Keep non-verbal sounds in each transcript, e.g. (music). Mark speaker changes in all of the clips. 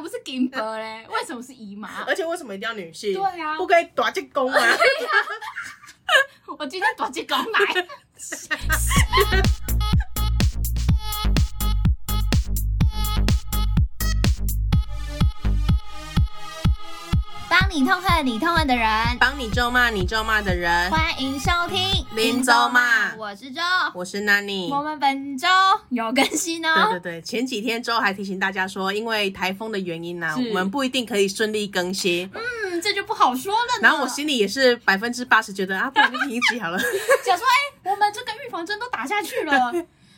Speaker 1: 不是 g i m b a 嘞？为什么是姨妈？
Speaker 2: 而且为什么一定要女性？
Speaker 1: 对啊
Speaker 2: 不可以短进攻吗？
Speaker 1: (laughs) 我今天短期刚来，
Speaker 3: 帮你痛恨你痛恨的人，
Speaker 2: 帮你咒骂你咒骂的人，
Speaker 3: 欢迎收听
Speaker 2: 林州骂
Speaker 3: 我是周，
Speaker 2: 我是 Nani。
Speaker 3: 我们本周有更新
Speaker 2: 对
Speaker 3: 哦
Speaker 2: 对。对，前几天周还提醒大家说，因为台风的原因呢、啊
Speaker 1: 是
Speaker 2: 我们不一定可以顺利更新。
Speaker 1: 嗯，这就不好说了呢。
Speaker 2: 然后我心里也是百分之八十觉得啊，不然就停一集
Speaker 1: (laughs)
Speaker 2: 好了。
Speaker 1: 想说，哎、我们这个预防针都打下去了。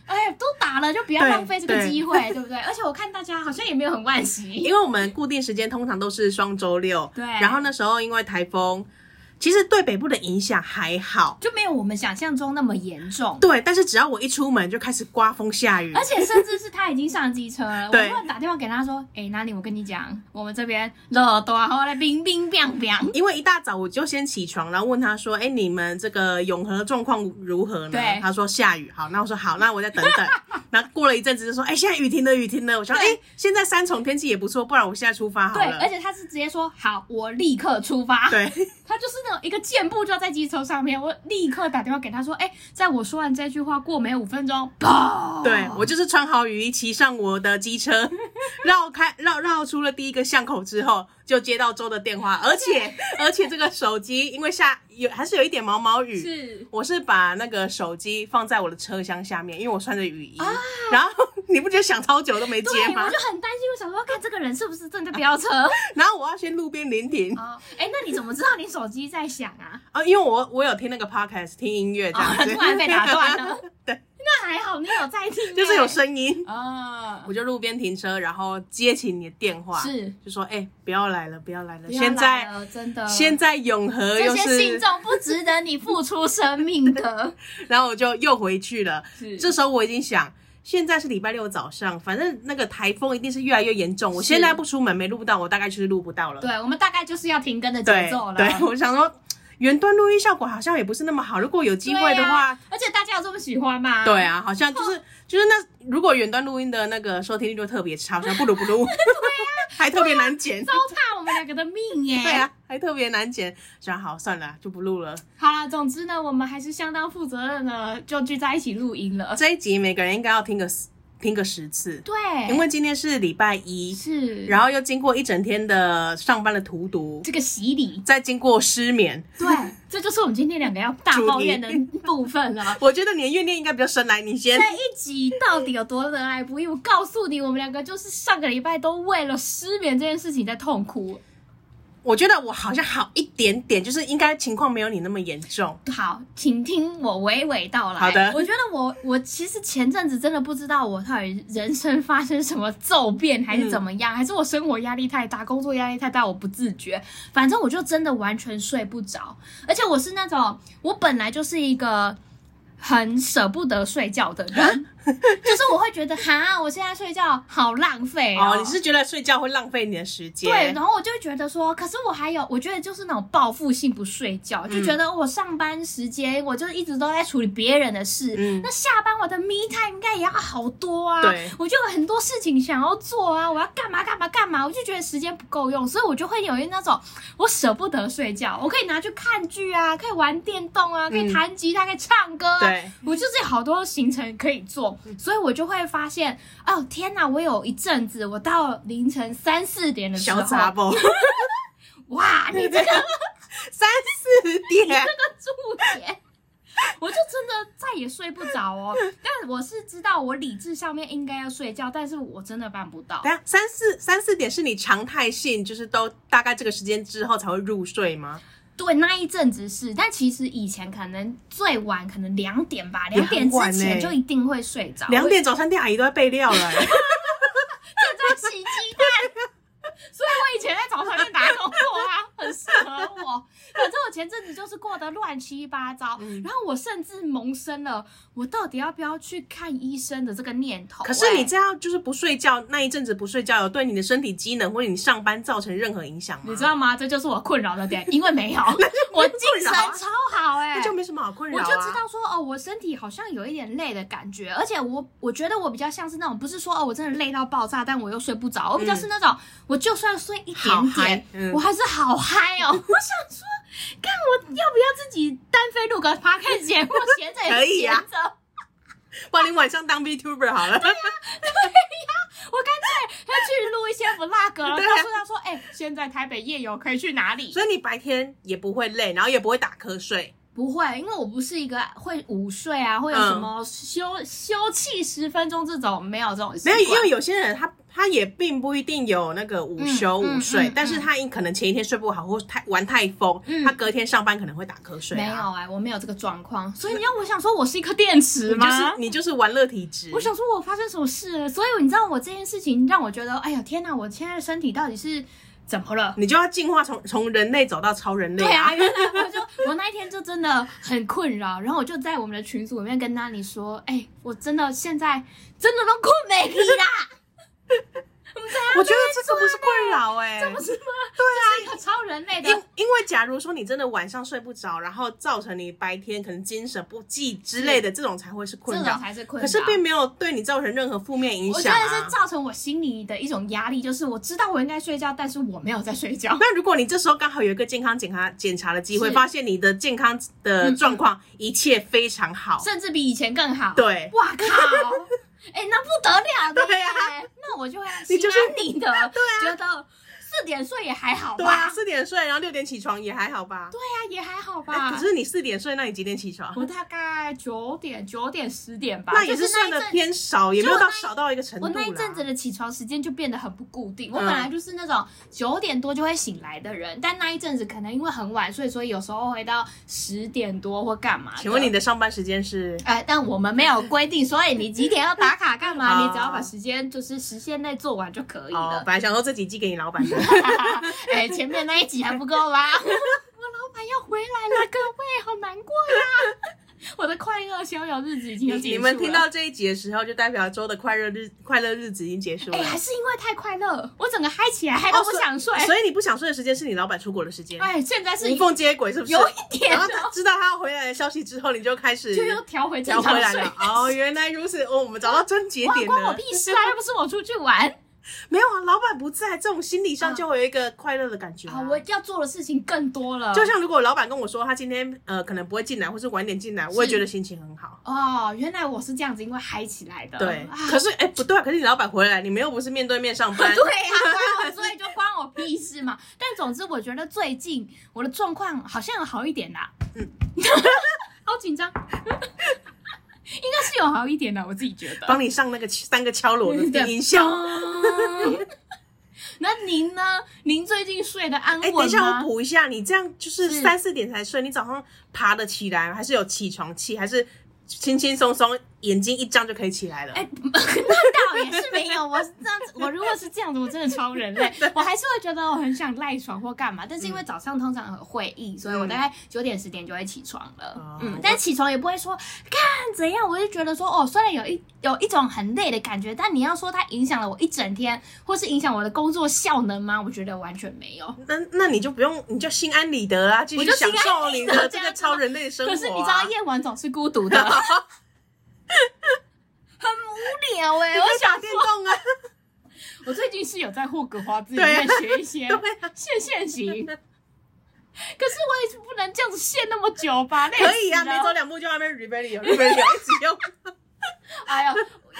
Speaker 1: 哎，都打了，就不要
Speaker 2: 对
Speaker 1: 浪费这个
Speaker 2: 对
Speaker 1: 机会，对不对？而且我看大家好像也没有很惋惜，
Speaker 2: 因为我们固定时间通常都是双周六，
Speaker 1: 对
Speaker 2: 然后那时候因为台风，其实对北部的影响还好，
Speaker 1: 就没有我们想象中那么严重。
Speaker 2: 对。但是只要我一出门就开始刮风下雨，
Speaker 1: 而且甚至是他已经上机车了，我
Speaker 2: 对
Speaker 1: 突然打电话给他说：“哎、哪里？我跟你讲，我们这边热大好嘞，冰冰冰冰。
Speaker 2: 因为一大早我就先起床，然后问他说：“哎、你们这个永和状况如何呢？”
Speaker 1: 对
Speaker 2: 他说下雨。好，那我说好，那我再等
Speaker 1: (laughs)
Speaker 2: 等。然后过了一阵子就说：“哎、现在雨停了，雨停了。”我想：“哎、
Speaker 1: 对
Speaker 2: 现在三重天气也不错，不然我现在出发”好
Speaker 1: 对，而
Speaker 2: 了。
Speaker 1: 且他是直接说：“好，我立刻出发。”
Speaker 2: 对，
Speaker 1: 他就是那种一个箭步就在机车上面，我立刻打电话给他说：“哎、在我说完这句话过没五分钟，砰！”
Speaker 2: 对我就是穿好雨衣，骑上我的机车，绕开绕绕出了第一个巷口之后，就接到周的电话，而且而且这个手机因为下有还是有一点毛毛雨，
Speaker 1: 是
Speaker 2: 我是把那个手机放在我的车厢下面，因为我穿着雨衣。然后你不觉得想超久都没接
Speaker 1: 啊对，
Speaker 2: 吗
Speaker 1: 我？就很担心，我想说，看这个人是不是正在飙车？
Speaker 2: 然后我要先路边聆听
Speaker 1: 哦，哎、那你怎么知道你手机在响啊？
Speaker 2: 啊，因为我我有听那个 podcast 听音乐这样
Speaker 1: 哦
Speaker 2: 子，
Speaker 1: 突然被打断了，
Speaker 2: (laughs) 对，
Speaker 1: 那还好，你有在听、
Speaker 2: 就是有声音。
Speaker 1: 啊、
Speaker 2: 我就路边停车，然后接起你的电话，
Speaker 1: 是
Speaker 2: 就说：“哎、不要来了，不要来了，
Speaker 1: 不要
Speaker 2: 现
Speaker 1: 来
Speaker 2: 在
Speaker 1: 了真的
Speaker 2: 现在永和
Speaker 1: 这
Speaker 2: 又
Speaker 1: 些信
Speaker 2: 是，
Speaker 1: 众不值得你付出生命
Speaker 2: (laughs)
Speaker 1: 的，
Speaker 2: 然后我就又回去了。
Speaker 1: 是
Speaker 2: 这时候我已经想，现在是礼拜六早上，反正那个台风一定是越来越严重。我现在不出门没录到，我大概就是录不到了。
Speaker 1: 对我们大概就是要停更的节
Speaker 2: 对
Speaker 1: 奏了。
Speaker 2: 对， (laughs) 我想说远端录音效果好像也不是那么好。如果有机会的话，
Speaker 1: (laughs) 对啊而且大家有这么喜欢吗？
Speaker 2: 对啊，好像就是就是那如果远端录音的那个收听率就特别差，好像不如不
Speaker 1: (laughs)
Speaker 2: 录，
Speaker 1: 啊
Speaker 2: 还特别难剪
Speaker 1: 糟。蹋我们两个的命耶！
Speaker 2: 对啊，还特别难剪。想好算了，就不录了。
Speaker 1: 好啦，总之呢，我们还是相当负责任的，就聚在一起录音了。
Speaker 2: 这一集每个人应该要听个十听个十次，
Speaker 1: 对，
Speaker 2: 因为今天是礼拜一，
Speaker 1: 是
Speaker 2: 然后又经过一整天的上班的荼毒，
Speaker 1: 这个洗礼，
Speaker 2: 再经过失眠，
Speaker 1: 对， (laughs) 这就是我们今天两个要大抱怨的部分 (laughs) 了。
Speaker 2: 我觉得你的怨念应该比较深。来，你先
Speaker 1: 这。一集到底有多得来不易？我告诉你，我们两个就是上个礼拜都为了失眠这件事情在痛哭。
Speaker 2: 我觉得我好像好一点点，就是应该情况没有你那么严重。
Speaker 1: 好，请听我娓娓道来。
Speaker 2: 好的
Speaker 1: 我觉得我我其实前阵子真的不知道我到底人生发生什么骤变，
Speaker 2: 嗯
Speaker 1: 还是怎么样，还是我生活压力太大，工作压力太大，我不自觉。反正我就真的完全睡不着，而且我是那种我本来就是一个。很舍不得睡觉的
Speaker 2: (laughs)
Speaker 1: 人，就是我会觉得哈，我现在睡觉好浪费
Speaker 2: 哦，你是觉得睡觉会浪费你的时间？
Speaker 1: 对，然后我就会觉得说，可是我还有，我觉得就是那种报复性不睡觉，
Speaker 2: 嗯
Speaker 1: 就觉得我上班时间我就一直都在处理别人的事，
Speaker 2: 嗯
Speaker 1: 那下班我的 me time 应该也要好多啊，
Speaker 2: 对
Speaker 1: 我就有很多事情想要做啊，我要干嘛干嘛干嘛，我就觉得时间不够用，所以我就会有一那种我舍不得睡觉，我可以拿去看剧啊，可以玩电动啊，可以
Speaker 2: 嗯
Speaker 1: 弹吉他，可以唱歌啊，
Speaker 2: 对
Speaker 1: 我就是有好多行程可以做，所以我就会发现，哦天哪！我有一阵子，我到凌晨三四点的时候
Speaker 2: 小，杂包，
Speaker 1: (laughs) 哇，你 (laughs) 这个
Speaker 2: 三四点，
Speaker 1: 注点，我就真的再也睡不着哦。但我是知道我理智上面应该要睡觉，但是我真的办不到。
Speaker 2: 等一下三四三四点是你常态性，就是都大概这个时间之后才会入睡吗？
Speaker 1: 对，那一阵子是，但其实以前可能最晚可能两点吧，
Speaker 2: 也
Speaker 1: 两
Speaker 2: 很
Speaker 1: 点之
Speaker 2: 晚
Speaker 1: 前
Speaker 2: 欸
Speaker 1: 就一定会睡着。
Speaker 2: 两点早餐店阿姨都在备料了、欸
Speaker 1: 正在洗鸡 (laughs) 蛋。所以我以前在早餐店打工过啊，很适合我。反正我前阵子就是过得乱乱七八糟，
Speaker 2: 嗯
Speaker 1: 然后我甚至萌生了我到底要不要去看医生的这个念头。
Speaker 2: 可是你
Speaker 1: 哎
Speaker 2: 这样就是不睡觉那一阵子不睡觉，有对你的身体机能或者你上班造成任何影响吗？
Speaker 1: 你知道吗？这就是我困扰的点，因为
Speaker 2: (laughs)
Speaker 1: 没有，我精神
Speaker 2: 啊
Speaker 1: 超好哎、
Speaker 2: 那就没什么好困扰、
Speaker 1: 我
Speaker 2: 啊。
Speaker 1: 就知道说哦，我身体好像有一点累的感觉，而且我我觉得我比较像是那种不是说哦，我真的累到爆炸，但我又睡不着，我比较是那种、我就算睡一点
Speaker 2: 嗯好嗨
Speaker 1: 点，
Speaker 2: 嗯
Speaker 1: 我还是好嗨哦。我想 (laughs) 说，看我要不要自己单飞录个 p o d c a
Speaker 2: (laughs)
Speaker 1: 节目，闲着也
Speaker 2: 可以啊
Speaker 1: 闲着。
Speaker 2: 不然你晚上当 VTuber
Speaker 1: (laughs)
Speaker 2: 好了。
Speaker 1: 我干脆要去录一些 vlog，然后
Speaker 2: 对啊
Speaker 1: 告诉他说，哎、现在台北夜游可以去哪里？
Speaker 2: 所以你白天也不会累，然后也不会打瞌睡。
Speaker 1: 不会，因为我不是一个会午睡啊，会有
Speaker 2: 嗯
Speaker 1: 什么休、休憩十分钟这种没有这种习
Speaker 2: 没
Speaker 1: 惯。
Speaker 2: 有，因为有些人他他也并不一定有那个午休
Speaker 1: 嗯
Speaker 2: 午
Speaker 1: 嗯
Speaker 2: 睡，
Speaker 1: 嗯
Speaker 2: 但是他可能前一天睡不好或太玩太疯，
Speaker 1: 嗯
Speaker 2: 他隔天上班可能会打瞌睡、啊。
Speaker 1: 没有哎、我没有这个状况，所以你让我想说我是一颗电池
Speaker 2: (laughs) 你就
Speaker 1: 吗？
Speaker 2: 是你就是玩乐体质。
Speaker 1: 我想说我发生什么事了，所以你知道我这件事情让我觉得，哎呀天哪，我现在的身体到底是怎么了？
Speaker 2: 你就要进化从从人类走到超人类、
Speaker 1: 对啊，， (laughs) 原来我就我那一天就真的很困扰，然后我就在我们的群组里面跟那里说，哎、我真的现在真的都困没力啊 (laughs) 啦，
Speaker 2: 我觉得这个不是困扰哎、
Speaker 1: 这不是吗？对啊，一个超人类
Speaker 2: 因
Speaker 1: 的。
Speaker 2: 因为假如说你真的晚上睡不着，然后造成你白天可能精神不济之类的，这种才会是
Speaker 1: 这
Speaker 2: 困
Speaker 1: 种
Speaker 2: 扰。
Speaker 1: 才是困
Speaker 2: 可
Speaker 1: 扰，
Speaker 2: 是并没有对你造成任何负面影
Speaker 1: 我觉
Speaker 2: 响、
Speaker 1: 得是
Speaker 2: 啊。
Speaker 1: 造成我心里的一种压力，就是我知道我应该睡觉，但是我没有在睡
Speaker 2: (laughs)
Speaker 1: 觉。
Speaker 2: 那如果你这时候刚好有一个健康检查检查的机会，
Speaker 1: 啊是
Speaker 2: 发现你的健康的状况一切非常好，
Speaker 1: 甚至比以前更好。，
Speaker 2: 对，
Speaker 1: 哇靠！哎、那不得了的
Speaker 2: 对啊
Speaker 1: 耶那我就会
Speaker 2: 你就是啊
Speaker 1: 心安理
Speaker 2: (laughs)
Speaker 1: 得，觉得四点睡也还好
Speaker 2: 对
Speaker 1: 吧，
Speaker 2: 啊，四点睡，然后六点起床也还好吧？
Speaker 1: 对啊也还好吧。
Speaker 2: 哎可是你四点睡，那你几点起床？
Speaker 1: 我大概九点、九点、十点吧，
Speaker 2: 那也
Speaker 1: 就是
Speaker 2: 算的
Speaker 1: 那一阵。
Speaker 2: 偏少，也没有
Speaker 1: 就我
Speaker 2: 到
Speaker 1: 那一
Speaker 2: 少到一个程度
Speaker 1: 我
Speaker 2: 啦。
Speaker 1: 那一阵子的起床时间就变得很不固定。我本
Speaker 2: 嗯
Speaker 1: 来就是那种九点多就会醒来的人，但那一阵子可能因为很晚，所以说有时候会到十点多或干嘛。
Speaker 2: 请问你？的上班时间是？
Speaker 1: 哎，但我们没有规定，所以你几点要打卡干
Speaker 2: 哦
Speaker 1: 嘛？你只要把时间就是时限内做完就可以了
Speaker 2: 哦，。本来想说这几季给你老板的，
Speaker 1: (laughs) 哎、前面那一集还不够
Speaker 2: (laughs)
Speaker 1: 啦，我老板要回来了，各位，好难过啦！ (laughs) 我的快乐逍遥日子已经
Speaker 2: 啊
Speaker 1: 有
Speaker 2: 你
Speaker 1: 结束
Speaker 2: 你
Speaker 1: 了哎
Speaker 2: 们听到这一集的时候，就代表周的快乐日快乐日子已经结束了
Speaker 1: 哎、。还是因为太快乐，我整个嗨起来，嗨到不想睡。
Speaker 2: 哦所以你不想睡的时间是你老板出国的时间，
Speaker 1: 哎、现在是
Speaker 2: 无缝接轨是不是？
Speaker 1: 有一点啊
Speaker 2: 然后他知道他要回来的消息之后，你就开始
Speaker 1: 就又调回
Speaker 2: 要
Speaker 1: 正常
Speaker 2: 回来
Speaker 1: 睡
Speaker 2: 了。。哦，原来如此，哦，我们找到症结
Speaker 1: 哇，
Speaker 2: 点
Speaker 1: 关我
Speaker 2: 了
Speaker 1: 屁。事啊！又不是我出去玩
Speaker 2: 没有啊，老板不在，这种心理上就会有一个快乐的感觉
Speaker 1: 嗯啊，我要做的事情更多了。
Speaker 2: 就像如果老板跟我说他今天呃可能不会进来，或是晚点进来，我也觉得心情很好。
Speaker 1: 哦，原来我是这样子，因为嗨起来的。
Speaker 2: 对
Speaker 1: 啊，
Speaker 2: 可是哎、不对啊，可是你老板回来，你们又不是面 (laughs) 对啊面上班，
Speaker 1: 对呀、关我所以就关我屁事嘛。但总之，我觉得最近我的状况好像有好一点啦。
Speaker 2: 嗯
Speaker 1: 嗯， (laughs) 好紧张， (laughs) 应该是有好一点的，我自己觉得。
Speaker 2: 帮你上那个三个
Speaker 1: (laughs)
Speaker 2: 敲锣
Speaker 1: 啊
Speaker 2: 的音效。
Speaker 1: 咚那您呢？您最近睡得安
Speaker 2: 哎、等一
Speaker 1: 稳
Speaker 2: 下，我
Speaker 1: 吗？
Speaker 2: 补一下，你这样就是
Speaker 1: 是
Speaker 2: 三四点才睡，你早上爬得起来吗，还是有起床气，还是轻轻松松眼睛一张就可以起来了？
Speaker 1: 哎、那倒也是没有。我是这样子，我如果是这样子，我真的超人
Speaker 2: (laughs)
Speaker 1: 类。我还是会觉得我很想赖床或干嘛，但是因为早上通常有会议，所以我大概九点十点就会起床
Speaker 2: 嗯哦
Speaker 1: 了。嗯，但起床也不会说看怎样，我就觉得说哦，虽然有一有一种很累的感觉，但你要说它影响了我一整天，或是影响我的工作效能吗？我觉得完全没有。
Speaker 2: 那那你就不用，你就心安理得啊，继续
Speaker 1: 我就心
Speaker 2: 享
Speaker 1: 安理得
Speaker 2: 受你的这
Speaker 1: 这
Speaker 2: 个
Speaker 1: 样
Speaker 2: 超人类生活、啊。
Speaker 1: 可是你知道夜晚总是孤
Speaker 2: (laughs)
Speaker 1: 独的，很无聊哎、
Speaker 2: 你
Speaker 1: 我
Speaker 2: 可以打
Speaker 1: 想
Speaker 2: 电动啊，
Speaker 1: 我最近是有在霍格华兹里
Speaker 2: 对啊
Speaker 1: 面学一些
Speaker 2: 对啊
Speaker 1: 线线型，可是我也是不能这样子线那么久 (laughs) 吧？累死了
Speaker 2: (laughs) 可以啊，每走两步就外面 rebellion，rebellion 一直用。
Speaker 1: 哎呦，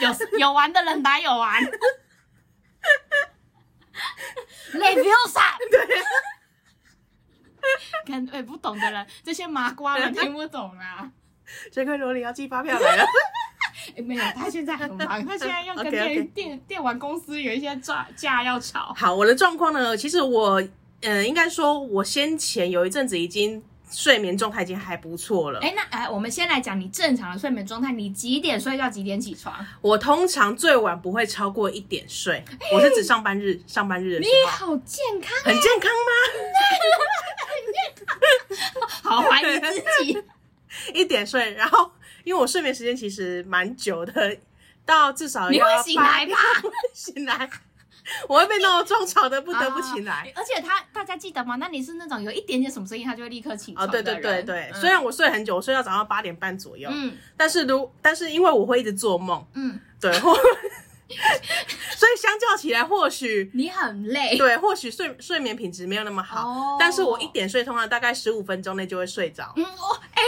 Speaker 1: 有有玩的人哪有 (laughs) 玩？累不用傻，
Speaker 2: 对啊，
Speaker 1: 看哎、不懂的人，这些麻瓜们听不懂啦。
Speaker 2: (laughs) 杰克罗里要寄发票来了，
Speaker 1: 哎没有，他现在很忙，他现在 (laughs) 要跟
Speaker 2: OK，OK
Speaker 1: 电电电玩公司有一些架架要吵。
Speaker 2: 好，我的状况呢，其实我，呃，应该说，我先前有一阵子已经睡眠状态已经还不错了。
Speaker 1: 哎、那哎、我们先来讲你正常的睡眠状态，你几点睡觉，几点起床？
Speaker 2: 我通常最晚不会超过一点睡，我是指上班日，上班日的啊
Speaker 1: 你
Speaker 2: 时候。
Speaker 1: 好健康，
Speaker 2: 很健康吗？
Speaker 1: 好好怀疑自己。
Speaker 2: 一点睡，然后因为我睡眠时间其实蛮久的，到至少
Speaker 1: 你
Speaker 2: 要
Speaker 1: 会醒来
Speaker 2: 8
Speaker 1: 吧？
Speaker 2: 我会醒来，我会被闹钟吵得不得不起来。
Speaker 1: 而且他大家记得吗？那你是那种有一点点什么声音，他就会立刻起
Speaker 2: 哦，
Speaker 1: 床的
Speaker 2: 对
Speaker 1: 人。
Speaker 2: 对对对，
Speaker 1: 嗯
Speaker 2: 虽然我睡很久，我睡到早上八点半左右，
Speaker 1: 嗯
Speaker 2: 但是如但是因为我会一直做梦，
Speaker 1: 嗯，
Speaker 2: 对，
Speaker 1: (laughs)
Speaker 2: 或所以相较起来，或许
Speaker 1: 你很累。
Speaker 2: 对，或许睡睡眠品质没有那么好，
Speaker 1: 哦
Speaker 2: 但是我一点睡，通常大概十五分钟内就会睡着，
Speaker 1: 嗯，我哎、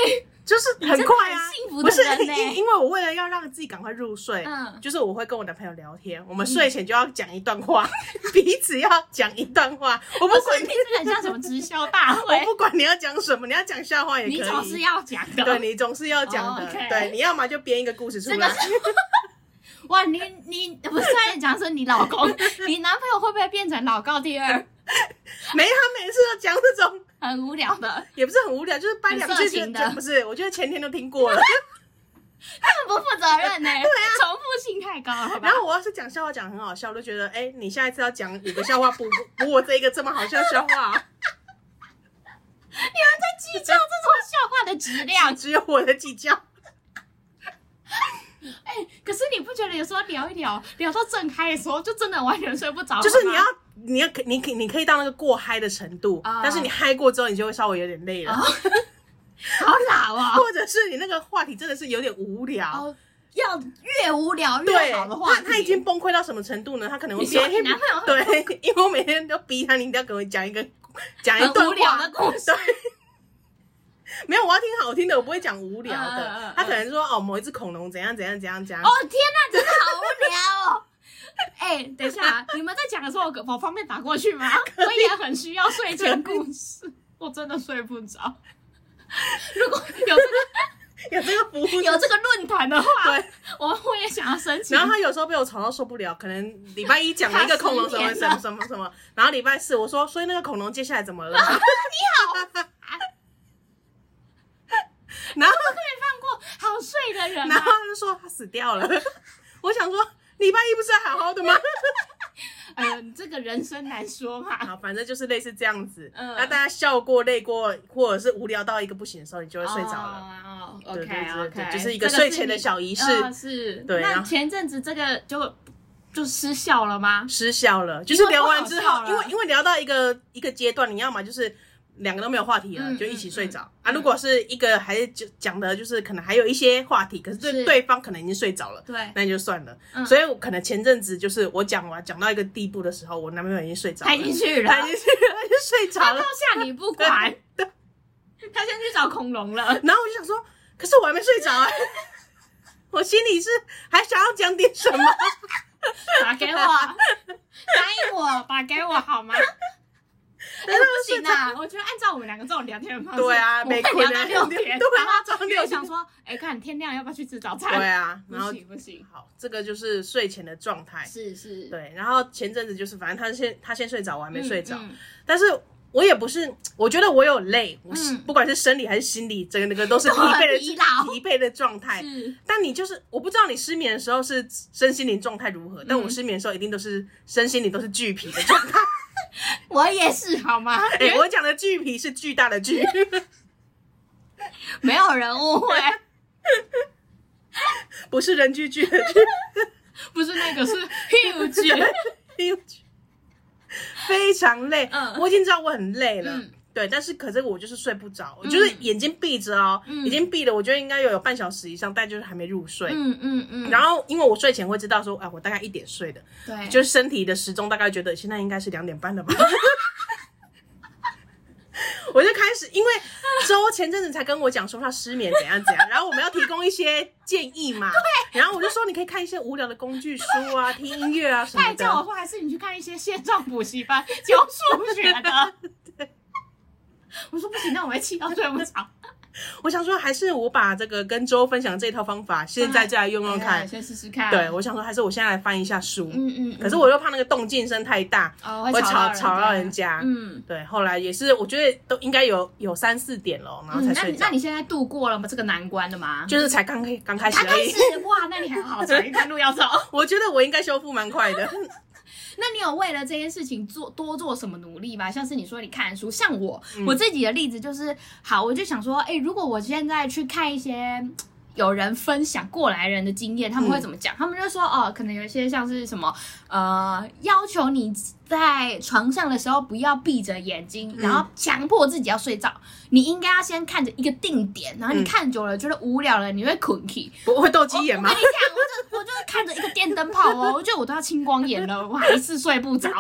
Speaker 2: 就是很快
Speaker 1: 你真的
Speaker 2: 啊，
Speaker 1: 很幸福的
Speaker 2: 不是
Speaker 1: 人呢
Speaker 2: 因因为我为了要让自己赶快入睡，
Speaker 1: 嗯
Speaker 2: 就是我会跟我男朋友聊天，我们睡前就要讲一段
Speaker 1: (laughs)
Speaker 2: 话，彼此要讲一段话，我不
Speaker 1: 不
Speaker 2: 管
Speaker 1: 是你是不是很像什么直销大
Speaker 2: 我
Speaker 1: 会？
Speaker 2: 不管你要讲什么，你要讲笑话也可以，
Speaker 1: 欸你总是要讲的。
Speaker 2: 对你总是要讲的
Speaker 1: 哦，OK
Speaker 2: 对，你要么就编一个故事出
Speaker 1: 真的
Speaker 2: 来
Speaker 1: 是，哇，你你不是差点讲说你老公，你男朋友会不会变成老高第二？
Speaker 2: (laughs) 没他每次都讲这种，
Speaker 1: 很无聊的，
Speaker 2: 也不是很无聊，就是掰两
Speaker 1: 很
Speaker 2: 句
Speaker 1: 色情
Speaker 2: 就
Speaker 1: 的
Speaker 2: 就不是，我觉得前天都听过
Speaker 1: (laughs)
Speaker 2: 了。
Speaker 1: 很不负责任呢、对啊，重复性太高了，好吧
Speaker 2: 然？后我要是讲笑话讲得很好笑，我就觉得，哎、你下一次要讲五个笑话 (laughs) 补补我这一个这么好笑的笑话
Speaker 1: (laughs)
Speaker 2: 啊、
Speaker 1: 你们在计较这种笑话的质量？
Speaker 2: 只有我的计较。
Speaker 1: 哎、可是你不觉得有时候聊一聊，聊到正嗨的时候，就真的完全睡不着？
Speaker 2: 就是
Speaker 1: 好吗
Speaker 2: 你要，你要，你可以你可以到那个过嗨的程度，
Speaker 1: 啊
Speaker 2: 但是你嗨过之后，你就会稍微有点累了，
Speaker 1: 哦好老啊、
Speaker 2: (laughs) 或者是你那个话题真的是有点无聊。
Speaker 1: 哦，要越无聊
Speaker 2: 对，
Speaker 1: 越好的话
Speaker 2: 他
Speaker 1: 题，
Speaker 2: 他已经崩溃到什么程度呢？他可能会哎
Speaker 1: 你说
Speaker 2: 编
Speaker 1: 你男朋友会
Speaker 2: 对， (laughs) 因为我每天都逼他，你一定要给我讲一
Speaker 1: (laughs)
Speaker 2: 个讲一
Speaker 1: 很
Speaker 2: 段
Speaker 1: 无聊
Speaker 2: 话
Speaker 1: 的故事
Speaker 2: 对， (laughs) 没有，我要听好听的，我不会讲无聊的。
Speaker 1: 嗯嗯嗯嗯
Speaker 2: 他可能说哦，某一只恐龙怎样怎样怎样怎样。
Speaker 1: 哦天哪，真的好无聊哦！ (laughs) 哎、等一下，
Speaker 2: (laughs)
Speaker 1: 你们在讲的时候，我我方便打过去吗？我也很需要睡前故
Speaker 2: (laughs)
Speaker 1: 事，我真的睡不着。如果有这
Speaker 2: 有这个服务
Speaker 1: 个 (laughs) 有这个论坛的话，
Speaker 2: 对。
Speaker 1: 我我也想要申请
Speaker 2: 然。后他有时候被我吵到受不了，可能礼拜一讲了一个恐龙什么什么什么什么，然后礼拜四我说，所以那个恐龙接下来
Speaker 1: (laughs)
Speaker 2: 怎么了？ (laughs) 然后
Speaker 1: 可以放过好睡的人
Speaker 2: 然
Speaker 1: 吗 (laughs)
Speaker 2: 后？他就说他死掉了。 (laughs) 我想说礼拜一不是还好好的吗？
Speaker 1: 哎呦，你这个人生难说嘛。
Speaker 2: 好，反正就是类似这样子。
Speaker 1: 嗯
Speaker 2: 那大家笑过、累过，或者是无聊到一个不行的时候，你就会睡着了。
Speaker 1: 哦
Speaker 2: 对
Speaker 1: ，OK
Speaker 2: 对对对
Speaker 1: OK，
Speaker 2: 就是一个睡前的小仪式
Speaker 1: 嗯是
Speaker 2: 对然
Speaker 1: 那
Speaker 2: 后
Speaker 1: 前阵子这个就就失效了吗？
Speaker 2: 失效了，就是聊完之后，
Speaker 1: 因为不好笑
Speaker 2: 因
Speaker 1: 了
Speaker 2: 为因为聊到一个一个阶段，你要么就是两个都没有话题了，
Speaker 1: 嗯
Speaker 2: 就一起睡着、
Speaker 1: 嗯
Speaker 2: 啊。
Speaker 1: 嗯
Speaker 2: 如果是一个还是就讲的，就是可能还有一些话题，可是对
Speaker 1: 是
Speaker 2: 对方可能已经睡着了，
Speaker 1: 对，
Speaker 2: 那就算了。
Speaker 1: 嗯
Speaker 2: 所以我可能前阵子就是我讲完讲到一个地步的时候，我男朋友已经睡着了，
Speaker 1: 他已经去了，
Speaker 2: 他已经去了，他就睡着
Speaker 1: 他
Speaker 2: 了
Speaker 1: 抛。下你不管，他先去找恐龙了。
Speaker 2: 然后我就想说，可是我还没睡着啊，我心里是还想要讲点
Speaker 1: (laughs)
Speaker 2: 什么。
Speaker 1: 打给我，答应我，打给我好吗？哎、不行啊！我觉得按照我们两个这种聊天的方式，
Speaker 2: 对啊
Speaker 1: 我们
Speaker 2: 每个
Speaker 1: 聊
Speaker 2: 人
Speaker 1: 到六点，
Speaker 2: 对
Speaker 1: 然
Speaker 2: 啊
Speaker 1: 后
Speaker 2: 早上
Speaker 1: 因为我
Speaker 2: 六点
Speaker 1: 想说，哎、看天亮要不要去吃早餐？
Speaker 2: 对啊，
Speaker 1: 不
Speaker 2: 然后
Speaker 1: 行不行，
Speaker 2: 好，这个就是睡前的状态。
Speaker 1: 是是，
Speaker 2: 对，然后前阵子就是，反正他先他先睡着，我还没睡着， (laughs)
Speaker 1: 嗯嗯
Speaker 2: 但是我也不是，我觉得我有累，我是
Speaker 1: 嗯
Speaker 2: 不管是生理还是心理，整个那个都是疲
Speaker 1: 都很
Speaker 2: 惫的
Speaker 1: 疲劳
Speaker 2: 疲惫的状态。
Speaker 1: 是
Speaker 2: 但你就是，我不知道你失眠的时候是身心灵状态如何，
Speaker 1: 嗯
Speaker 2: 但我失眠的时候一定都是身心灵都是巨疲的状态。
Speaker 1: 我也是好吗？
Speaker 2: (laughs) 哎、我讲的巨疲是巨大的
Speaker 1: (laughs)
Speaker 2: 巨，
Speaker 1: 没有人误会，
Speaker 2: 不是人巨巨的
Speaker 1: 不是那个是
Speaker 2: (laughs)
Speaker 1: huge，
Speaker 2: 巨，非常累。
Speaker 1: 嗯
Speaker 2: 我已经知道我很累了。
Speaker 1: 嗯
Speaker 2: 对，但是可是我就是睡不着，我就是眼睛闭着哦，已经闭了，我觉得应该有有半小时以上，但就是还没入睡。
Speaker 1: 嗯嗯嗯，
Speaker 2: 然后因为我睡前会知道说，哎，我大概一点睡的，
Speaker 1: 对，
Speaker 2: 就是身体的时钟大概觉得现在应该是两点半了吧。 (laughs) 我就开始，因为周前阵子才跟我讲说他失眠怎样怎样，然后我们要提供一些建议嘛。对。然后我就说你可以看一些无聊的工具书啊，听音乐啊什
Speaker 1: 他
Speaker 2: 么
Speaker 1: 还叫我
Speaker 2: 的。
Speaker 1: 说，还是你去看一些线上补习班教数学的。
Speaker 2: (laughs)
Speaker 1: 我说不行，那我会气到睡不着。
Speaker 2: 我想说，还是我把这个跟周分享这套方法，现在再来用用
Speaker 1: 哎
Speaker 2: 看。
Speaker 1: 先试试看。
Speaker 2: 对，，我想说，还是我现在来翻一下书。
Speaker 1: 嗯嗯。
Speaker 2: 可是我又怕那个动静声太大，
Speaker 1: 哦，
Speaker 2: 会
Speaker 1: 会
Speaker 2: 吵
Speaker 1: 吵
Speaker 2: 吵到人。家。
Speaker 1: 嗯，
Speaker 2: 对，后来也是，我觉得都应该有有三四点了，然后
Speaker 1: 嗯
Speaker 2: 才
Speaker 1: 那
Speaker 2: 睡
Speaker 1: 你
Speaker 2: 觉。
Speaker 1: 那你现在度过了吗？这个难关了吗？
Speaker 2: 就是才刚开刚开始
Speaker 1: 他
Speaker 2: 而
Speaker 1: 开
Speaker 2: 已
Speaker 1: 始。哇，那你还好，走一段路要走。
Speaker 2: 我觉得我应该修复蛮快的，
Speaker 1: 那你有为了这件事情做多做什么努力吗？像是你说你看书，像我、我自己的例子就是，好，我就想说，哎、如果我现在去看一些。有人分享过来人的经验，他们会怎么讲？他们就说哦，可能有一些像是什么呃，要求你在床上的时候不要闭着眼睛，然后强迫自己要睡着。你应该要先看着一个定点，然后你
Speaker 2: 嗯
Speaker 1: 看久了觉得无聊了，你会困起。
Speaker 2: 我会斗鸡眼吗
Speaker 1: 哎我？跟你讲，我就我就是看着一个电灯泡哦，我觉得我都要青光眼了，我还是睡 (laughs) 不着。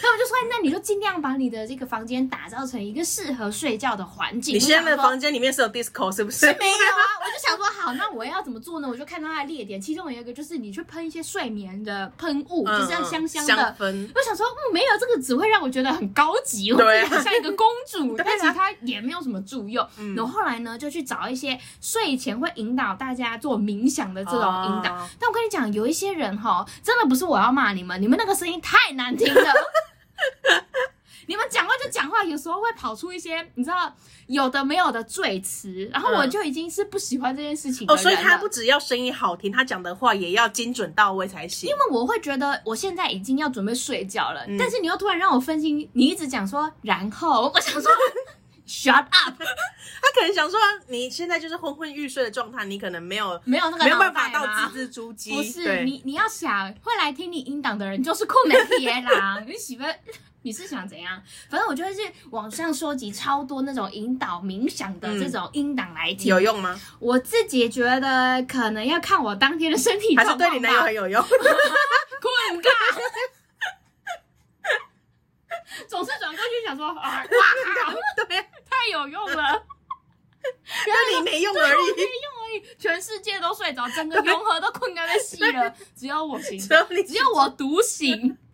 Speaker 1: 他们就说：“哎那你就尽量把你的这个房间打造成一个适合睡觉的环境。”
Speaker 2: 你现在的
Speaker 1: 我想说
Speaker 2: 房间里面是有 disco 是不是？
Speaker 1: 没有啊，我就想说，好，那我要怎么做呢？我就看到它的列点，其中有一个就是你去喷一些睡眠的喷雾，
Speaker 2: 嗯
Speaker 1: 就是这样香
Speaker 2: 香
Speaker 1: 的。
Speaker 2: 氛。
Speaker 1: 我想说，嗯，没有这个只会让我觉得很高级，我
Speaker 2: 对啊
Speaker 1: 自己很像一个公 (laughs) 主，
Speaker 2: 对啊
Speaker 1: 但其实它也没有什么助用。
Speaker 2: 嗯
Speaker 1: 然后后来呢，就去找一些睡前会引导大家做冥想的这种引导。
Speaker 2: 哦
Speaker 1: 但我跟你讲，有一些人哈，真的不是我要骂你们，你们那个声音太难听了。你们讲话就讲话，有时候会跑出一些你知道有的没有的赘词，然后我
Speaker 2: 嗯
Speaker 1: 就已经是不喜欢这件事情的
Speaker 2: 哦，
Speaker 1: 人
Speaker 2: 所以他
Speaker 1: 了
Speaker 2: 不只要声音好听，他讲的话也要精准到位才行
Speaker 1: 因。为我会觉得我现在已经要准备睡觉了，
Speaker 2: 嗯
Speaker 1: 但是你又突然让我分心，你一直讲说然后，我想说 (laughs) shut up，
Speaker 2: 他可能想说，你现在就是昏昏欲睡的状态，你可能没有
Speaker 1: 没有那个
Speaker 2: 没有办法
Speaker 1: 脑袋吗
Speaker 2: 到字字珠玑。
Speaker 1: 不是
Speaker 2: 对
Speaker 1: 你，你要想会来听你音档的人就是酷美贴啦，你喜欢。你是想怎样？反正我就会去网上收集超多那种引导冥想的这种音档来听。
Speaker 2: 嗯有用吗？
Speaker 1: 我自己觉得可能要看我当天的身体
Speaker 2: 还
Speaker 1: 状
Speaker 2: 是
Speaker 1: 况
Speaker 2: 对你男友
Speaker 1: 吧
Speaker 2: 很有用？
Speaker 1: 困尬。总是转过去想说啊，哇，
Speaker 2: 对啊，
Speaker 1: 太有用了，
Speaker 2: 那你没用而已，
Speaker 1: 全世界都睡着，整个融合都困在那戏了，只有我醒，
Speaker 2: 只有你
Speaker 1: 只有我独醒。 (laughs)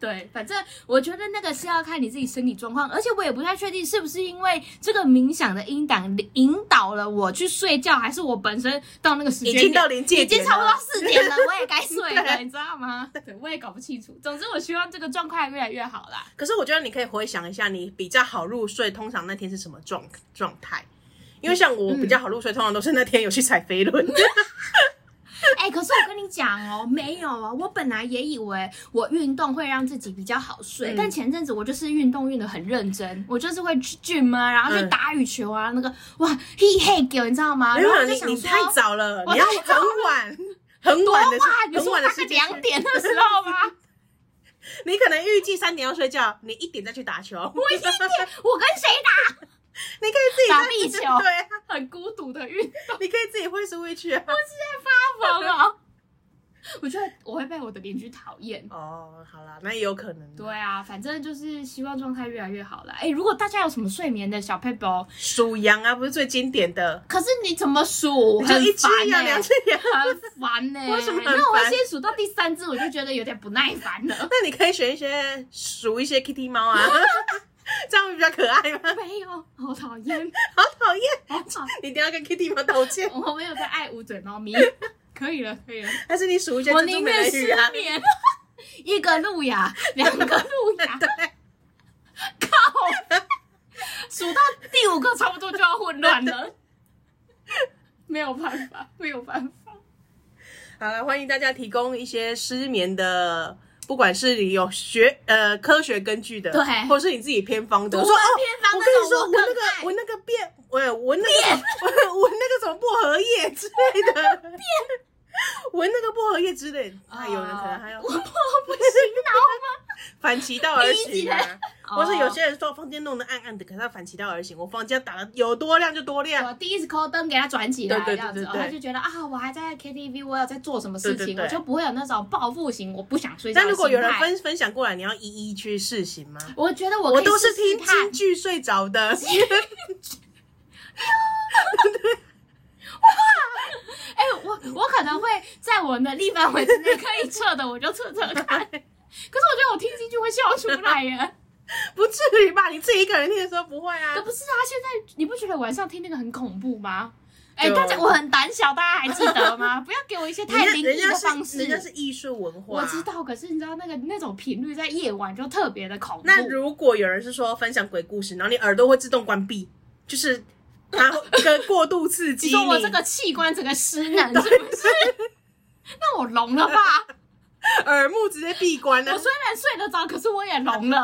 Speaker 1: 对，反正我觉得那个是要看你自己身体状况，而且我也不太确定是不是因为这个冥想的音档引导了我去睡觉，还是我本身到那个时间
Speaker 2: 已
Speaker 1: 点
Speaker 2: 经到临界
Speaker 1: 已经
Speaker 2: 点
Speaker 1: 差不多
Speaker 2: 了。
Speaker 1: 四点了，我也该睡了，
Speaker 2: (laughs) 对
Speaker 1: 你知道吗？对，我也搞不清楚。总之，我希望这个状况越来越好啦。
Speaker 2: 可是我觉得你可以回想一下，你比较好入睡，通常那天是什么状状态？因为像我比较好入睡，通常都是那天有去踩飞轮。
Speaker 1: (laughs) 哎、可是我跟你讲哦，没有啊，我本来也以为我运动会让自己比较好睡，
Speaker 2: 嗯
Speaker 1: 但前阵子我就是运动运的很认真，我就是会去 gym 啊，然后去
Speaker 2: 嗯
Speaker 1: 打羽球啊，那个哇嘿嘿给，你知道吗？
Speaker 2: 没
Speaker 1: (laughs) 然后
Speaker 2: 有
Speaker 1: 我就
Speaker 2: 你，
Speaker 1: 想
Speaker 2: 你
Speaker 1: 说
Speaker 2: 太早了，
Speaker 1: 我
Speaker 2: 你要
Speaker 1: 太
Speaker 2: 很晚。很晚
Speaker 1: (laughs)
Speaker 2: 的
Speaker 1: 哇，你
Speaker 2: 时，很
Speaker 1: 说
Speaker 2: 晚的
Speaker 1: 大概
Speaker 2: 时间去
Speaker 1: 两点那时候吗？
Speaker 2: 你可能预计三点要睡觉，你一点再去打球。我一点，
Speaker 1: (laughs) 我跟谁
Speaker 2: (laughs) 你可以自己
Speaker 1: 打
Speaker 2: 在
Speaker 1: 壁球
Speaker 2: (laughs) 对啊，
Speaker 1: 打？很孤独的运动。
Speaker 2: 你可以自己挥
Speaker 1: (laughs)
Speaker 2: switch 啊。
Speaker 1: 疯哦！ (laughs) 我觉得我会被我的邻居讨厌。
Speaker 2: 哦，好啦，那也有可能。
Speaker 1: 对，啊，反正就是希望状态越来越好了。哎、如果大家有什么睡眠的小 paper，哦
Speaker 2: 数羊啊，不是最经典的，
Speaker 1: 可是你怎么数？
Speaker 2: 你就一只
Speaker 1: 很
Speaker 2: 羊、
Speaker 1: 烦欸
Speaker 2: 两只羊。
Speaker 1: 很烦呢、
Speaker 2: 为什么很烦
Speaker 1: 那我先数到第三只，我就觉得有点不耐烦了。
Speaker 2: 那你可以选一些数一些 kitty 猫啊， (laughs) 这样会比较可爱吗？
Speaker 1: (laughs)
Speaker 2: (laughs)
Speaker 1: 没有，好讨厌，
Speaker 2: 好讨厌，
Speaker 1: 好讨
Speaker 2: 你一定要跟 kitty 猫道歉，
Speaker 1: 厌。我没有在爱捂嘴猫咪。 (laughs) 可以了，可以了。
Speaker 2: 还是你数一些
Speaker 1: 我
Speaker 2: 珍珠
Speaker 1: 宁
Speaker 2: 美
Speaker 1: 愿
Speaker 2: 人鱼
Speaker 1: 失
Speaker 2: 啊？
Speaker 1: 眠， (laughs) 一个路亚，两个路 (laughs) 亚，
Speaker 2: (laughs) 对，
Speaker 1: 靠！数到第五个差不多就要混乱了， (laughs) 没有办法，没有办法。
Speaker 2: 好了，欢迎大家提供一些失眠的。不管是你有学呃科学根据的，
Speaker 1: 对
Speaker 2: 或是你自己偏方的，
Speaker 1: 独
Speaker 2: 我说
Speaker 1: 门
Speaker 2: 哦，
Speaker 1: 偏方
Speaker 2: 我
Speaker 1: 那
Speaker 2: 跟你
Speaker 1: 种
Speaker 2: 说，
Speaker 1: 我
Speaker 2: 我
Speaker 1: 更
Speaker 2: 那
Speaker 1: 爱
Speaker 2: 个我那个变，我我那个我我那个什么薄荷叶之类的，变，我那个薄荷叶之类的，那有人可能还有
Speaker 1: 哦我我不行，
Speaker 2: (laughs) 反其道而
Speaker 1: 理
Speaker 2: 行
Speaker 1: 解
Speaker 2: 啊。
Speaker 1: 好吗？
Speaker 2: 或是有些人说房间弄得暗暗的，可是他反其道而行，我房间打的有多亮就多亮。
Speaker 1: 我第一次抠灯给他转起来，
Speaker 2: 对对对
Speaker 1: 这样子，
Speaker 2: 对对
Speaker 1: 他就觉得啊，我还在 KTV，我有在做什么事
Speaker 2: 对对
Speaker 1: 情，
Speaker 2: 对
Speaker 1: 我就不会有那种报复型，我不想睡觉。
Speaker 2: 但如果有人，分分享过来，你要一一去试行吗？
Speaker 1: 我觉得我
Speaker 2: 我
Speaker 1: 可以
Speaker 2: 都
Speaker 1: 试
Speaker 2: 是
Speaker 1: 试
Speaker 2: 听
Speaker 1: 看
Speaker 2: 京剧睡着的，
Speaker 1: 哎、我我可能会在我能力范围之内可以测的，我就测测看。 (laughs) 可是我觉得我听进去会笑出来耶，
Speaker 2: 不至于吧？你自己一个人听的时候不会啊
Speaker 1: 可？不是啊！现在你不觉得晚上听那个很恐怖吗？哎、
Speaker 2: 对啊
Speaker 1: 大家我很胆小，大家还记得吗？不要给我一些太
Speaker 2: 人
Speaker 1: 灵
Speaker 2: 家
Speaker 1: 异
Speaker 2: 人
Speaker 1: 的
Speaker 2: 家
Speaker 1: 方
Speaker 2: 是人家是
Speaker 1: 式。
Speaker 2: 艺术文化，
Speaker 1: 我知。道，可是你知道那个那种频率在夜晚就特别的恐怖。
Speaker 2: 那如果有人是说分享鬼故事，然后你耳朵会自动关闭，就是
Speaker 1: (laughs)
Speaker 2: 它会一个过度刺激
Speaker 1: (laughs) 你说我这个器官整个失能是不是？那我聋了吧？
Speaker 2: 耳目直接闭关了
Speaker 1: 我。虽然睡得着，可是我也聋 (laughs) 了。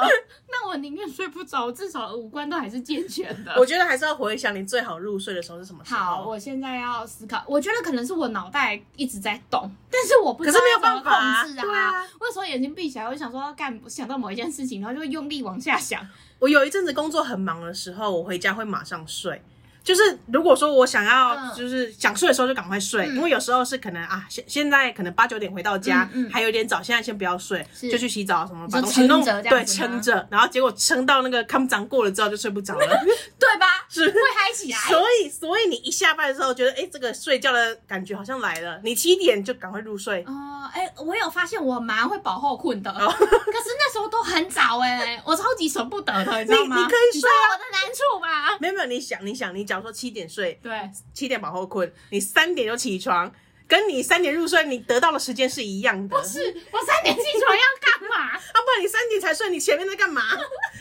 Speaker 1: 那我宁愿睡不着，我至少五官都还是健全的。
Speaker 2: 我觉得还是要回想你最好入睡的时候是什么时候。
Speaker 1: 好，我现在要思考，我觉得可能是我脑袋一直在动，但是我不知
Speaker 2: 可
Speaker 1: 道
Speaker 2: 是没有
Speaker 1: 要怎么
Speaker 2: 办法啊
Speaker 1: 控制
Speaker 2: 对啊
Speaker 1: 我有时候眼睛闭起来，我就想说要干，想到某一件事情，然后就会用力往下想。
Speaker 2: 我有一阵子工作很忙的时候，我回家会马上睡。就是如果说我想要，
Speaker 1: 嗯
Speaker 2: 就是想睡的时候就赶快睡，
Speaker 1: 嗯
Speaker 2: 因为有时候是可能啊，现现在可能八九点回到家、
Speaker 1: 嗯嗯
Speaker 2: 还有点早，现在先不要睡，
Speaker 1: 是
Speaker 2: 就去洗澡什么，
Speaker 1: 你
Speaker 2: 把
Speaker 1: 说
Speaker 2: 东西
Speaker 1: 撑
Speaker 2: 弄
Speaker 1: 着这
Speaker 2: 对
Speaker 1: 样子吗
Speaker 2: 撑着，然后结果撑到那个康长过了之后就睡不着
Speaker 1: (laughs)
Speaker 2: 了，
Speaker 1: 对吧？
Speaker 2: 是
Speaker 1: 会嗨起来。
Speaker 2: 所以所以你一下班的时候觉得，哎、这个睡觉的感觉好像来了，你七点就赶快入睡，
Speaker 1: 哦，哎、我有发现我蛮会保后困的，
Speaker 2: 哦
Speaker 1: 可是那时候都很早哎、
Speaker 2: (laughs)
Speaker 1: 我超级舍不得的，你知道吗？
Speaker 2: 你你可以
Speaker 1: 知道
Speaker 2: 睡啊
Speaker 1: 我的难处吧？
Speaker 2: 没有没有，你想你想，你假如说七点睡，
Speaker 1: 对，
Speaker 2: 七点往后困，你三点就起床，跟你三点入睡，你得到的时间是一样的。
Speaker 1: 不是我三点起床要干嘛？
Speaker 2: 啊，不然你三点才睡，你前面在
Speaker 1: (laughs)
Speaker 2: 干嘛？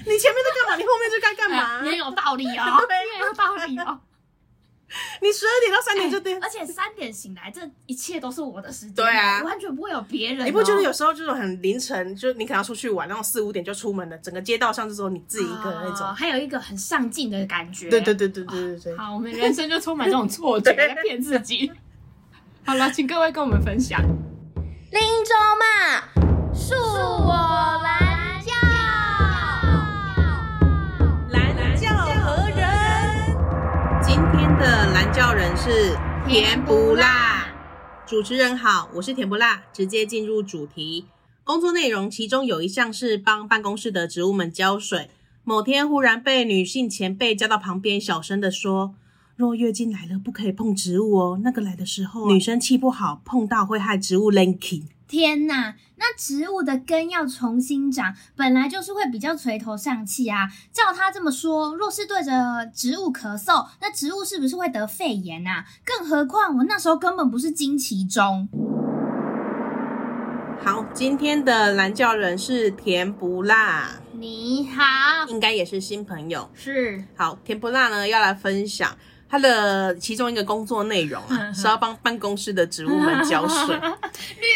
Speaker 2: 你前面在干嘛？你后面就该干嘛？
Speaker 1: 哎也有道理哦，
Speaker 2: (laughs) 对啊
Speaker 1: 也有道理哦。
Speaker 2: 你十二点到三点就
Speaker 1: 哎
Speaker 2: 对。
Speaker 1: 而且三点醒来，这一切都是我的时间，
Speaker 2: 对啊
Speaker 1: 完全不会有别人哦、
Speaker 2: 你不觉得有时候这种很凌晨，就是你可能要出去玩，然后四五点就出门了，整个街道上就只有你自己一个人那种
Speaker 1: 哦。还有一个很上进的感觉。
Speaker 2: 对对对对对对对。
Speaker 1: 好，我们人生就充满这种错觉，在骗自己。好了，请各位跟我们分享。
Speaker 3: 林州嘛，恕我蓝教。
Speaker 2: 蓝教何人？今天的蓝教人是甜不辣。主持人好，我是甜不辣，直接进入主题。工作内容其中有一项是帮办公室的植物们浇水。某天忽然被女性前辈叫到旁边，小声的说：“若月经来了，不可以碰植物哦。那个来的时候啊，女生气不好，碰到会害植物 linking。
Speaker 3: 天呐，那植物的根要重新长，本来就是会比较垂头丧气啊。照他这么说，若是对着植物咳嗽，那植物是不是会得肺炎啊？更何况我那时候根本不是经期中。
Speaker 2: 好，今天的蓝教人是甜不辣，
Speaker 3: 你好，
Speaker 2: 应该也是新朋友。
Speaker 1: (laughs)
Speaker 3: 是
Speaker 2: 好，甜不辣呢要来分享他的其中一个工作内容
Speaker 1: (laughs)
Speaker 2: 啊，是要帮办公室的植物们浇水。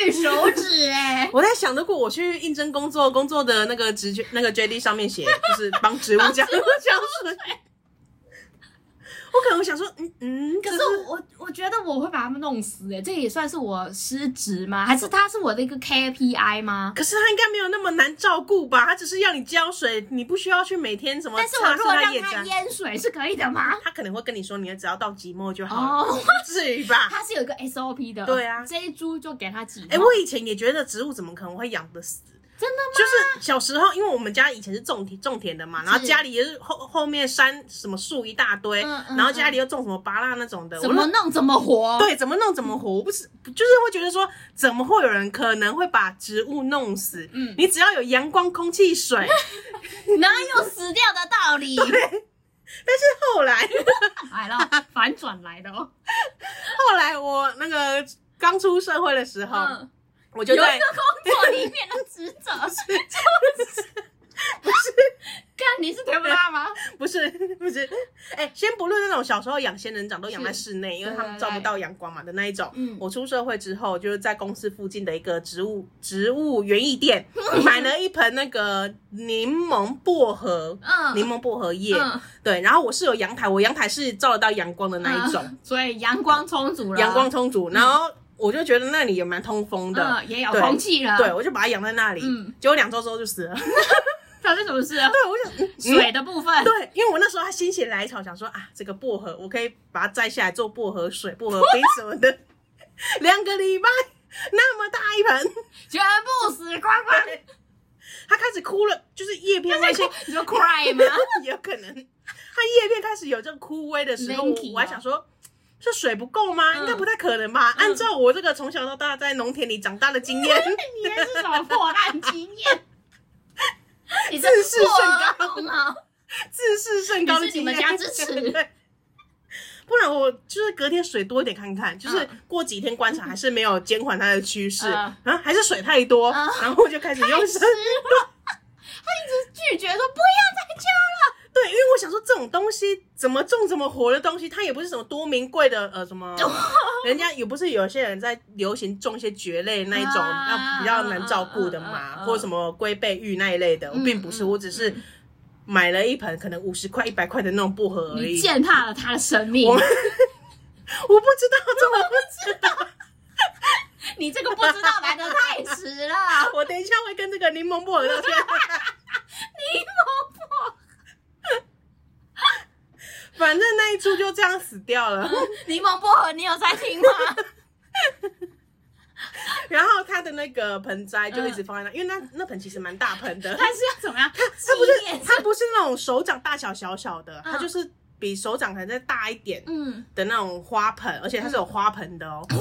Speaker 3: 绿手指
Speaker 1: 欸
Speaker 3: (laughs) 哎、
Speaker 2: 我在想，如果我去应征工作，工作的那个职
Speaker 1: (laughs)
Speaker 2: 缺那个 JD 上面写就是帮植物浇浇水，我可能会想说，嗯嗯，
Speaker 1: 可
Speaker 2: 这
Speaker 1: 是我我觉得我会把他们弄死哎、欸，这也算是我失职吗？还是他是我的一个 KPI 吗？
Speaker 2: 可是他应该没有那么难照顾吧？他只是要你浇水，你不需要去每天什么
Speaker 1: 但是我
Speaker 2: 擦拭
Speaker 1: 如果
Speaker 2: 它
Speaker 1: 让
Speaker 2: 叶
Speaker 1: 他
Speaker 2: 渣。
Speaker 1: 淹水是可以的吗？
Speaker 2: 啊他可能会跟你说，你只要到即墨就好了，啊
Speaker 1: 哦，
Speaker 2: 不至于
Speaker 1: (laughs)
Speaker 2: 吧？
Speaker 1: 他是有一个 SOP 的，
Speaker 2: 对啊
Speaker 1: 这一株就给他几，
Speaker 2: 哎、我以前也觉得植物怎么可能会养得死？
Speaker 1: 真的吗？
Speaker 2: 就是小时候，因为我们家以前是种田种田的嘛，然后家里也是后后面山什么树一大堆，
Speaker 3: 嗯嗯
Speaker 2: 然后家里又种什么芭拉那种的，
Speaker 1: 怎
Speaker 2: 我
Speaker 1: 么
Speaker 2: 就
Speaker 1: 弄怎么活，
Speaker 2: 对怎么弄怎么活，我不是就是会觉得说，怎么会有人可能会把植物弄死？
Speaker 1: 嗯
Speaker 2: 你只要有阳光、空气、
Speaker 1: (laughs)
Speaker 2: 水。
Speaker 1: 哪有死掉的道理？
Speaker 2: 但是后来，
Speaker 1: 来了，反转来的哦。
Speaker 2: 后来我那个刚出社会的时候，
Speaker 1: 嗯，
Speaker 2: 我
Speaker 1: 有
Speaker 2: 就
Speaker 1: 一个
Speaker 2: 在
Speaker 1: 工作里面的职责就是，看你是对不辣吗？
Speaker 2: (laughs) 不是不是，哎、先不论那种小时候养仙人掌都养在室内，因为
Speaker 1: 对
Speaker 2: 他们
Speaker 1: 对
Speaker 2: 照不
Speaker 1: 对
Speaker 2: 到阳光嘛的那一种。
Speaker 1: 嗯
Speaker 2: 我出社会之后，就是在公司附近的一个植物植物园艺店买了一盆那个柠檬薄荷，
Speaker 1: 嗯
Speaker 2: 柠檬薄荷叶。
Speaker 1: 嗯，
Speaker 2: 对，然后我是有阳台，我阳台是照得到阳光的那一种，
Speaker 1: 嗯所以阳光充足了，
Speaker 2: 阳光充
Speaker 1: 嗯
Speaker 2: 足，然后我就觉得那里也蛮通风的。
Speaker 1: 嗯也有
Speaker 2: 对
Speaker 1: 空气了，
Speaker 2: 对，，我就把它养在那里，
Speaker 1: 嗯
Speaker 2: 结果两周之后
Speaker 1: (laughs)
Speaker 2: 就死了。对，
Speaker 1: 发生什么事啊？
Speaker 2: 我想、嗯、
Speaker 1: 水的部分，
Speaker 2: 对，因为我那时候还心血来潮，想说啊，这个薄荷我可以把它摘下来做薄荷水、薄荷冰什么的。 (laughs) 两个礼拜，那么大一盆，
Speaker 1: 全部死光光。
Speaker 2: 它开始枯了，就是叶片外现，
Speaker 1: (laughs) 你说 cry 吗？
Speaker 2: (laughs) 有可能它叶片开始有这种枯萎的时候，我
Speaker 1: Linky
Speaker 2: 我还
Speaker 1: 哦嗯
Speaker 2: 想说。这水不够吗？应该不太可能吧。按照我这个从小到大在农田里长大的经验，
Speaker 1: (laughs) 你的是什么破烂经 (laughs) 验？你这
Speaker 2: 自视
Speaker 1: 破
Speaker 2: 甚高
Speaker 1: 烂啊！
Speaker 2: 自视甚高的
Speaker 1: 你是
Speaker 2: 经
Speaker 1: 你
Speaker 2: 验。
Speaker 1: 们家支持
Speaker 2: (laughs) 对不然我就是隔天水多一点看看，就是过几天观察还是没有减缓它的趋势，
Speaker 1: 嗯
Speaker 2: 啊，还是水太多，
Speaker 1: 嗯
Speaker 2: 然后我就开始用生，
Speaker 1: 失落，他一直拒绝说不要再叫了。
Speaker 2: 对，因为我想说这种东西怎么种怎么活的东西，它也不是什么多名贵的呃什
Speaker 1: (laughs)
Speaker 2: 么，人家也不是有些人在流行种一些蕨类那一种
Speaker 1: 啊
Speaker 2: 要比较难照顾的嘛，
Speaker 1: 啊啊啊
Speaker 2: 或什么龟背玉那一类的，我并不是，
Speaker 1: 嗯
Speaker 2: 我只是买了一盆可能五十块一百块的那种薄荷而
Speaker 1: 你
Speaker 2: 已，
Speaker 1: 践踏了他的生命
Speaker 2: 我，们我不知道，真的不知道。
Speaker 1: 你这个不知道来的太迟了。 (laughs)
Speaker 2: 我等一下会跟这个柠檬薄荷啊道歉。柠檬薄荷，反正那一株就这样死掉了。
Speaker 1: 柠檬薄荷，你有在听吗？
Speaker 2: 然后它的那个盆栽就一直放在那，因为那那盆其实蛮大盆的，
Speaker 1: 但是要怎么样？
Speaker 2: 它不是
Speaker 1: 纪念
Speaker 2: 它不是那种手掌大小小小的，
Speaker 1: 嗯
Speaker 2: 它就是比手掌可能再大一点
Speaker 1: 嗯
Speaker 2: 的那种花盆，而且它是有花盆的哦。 (laughs)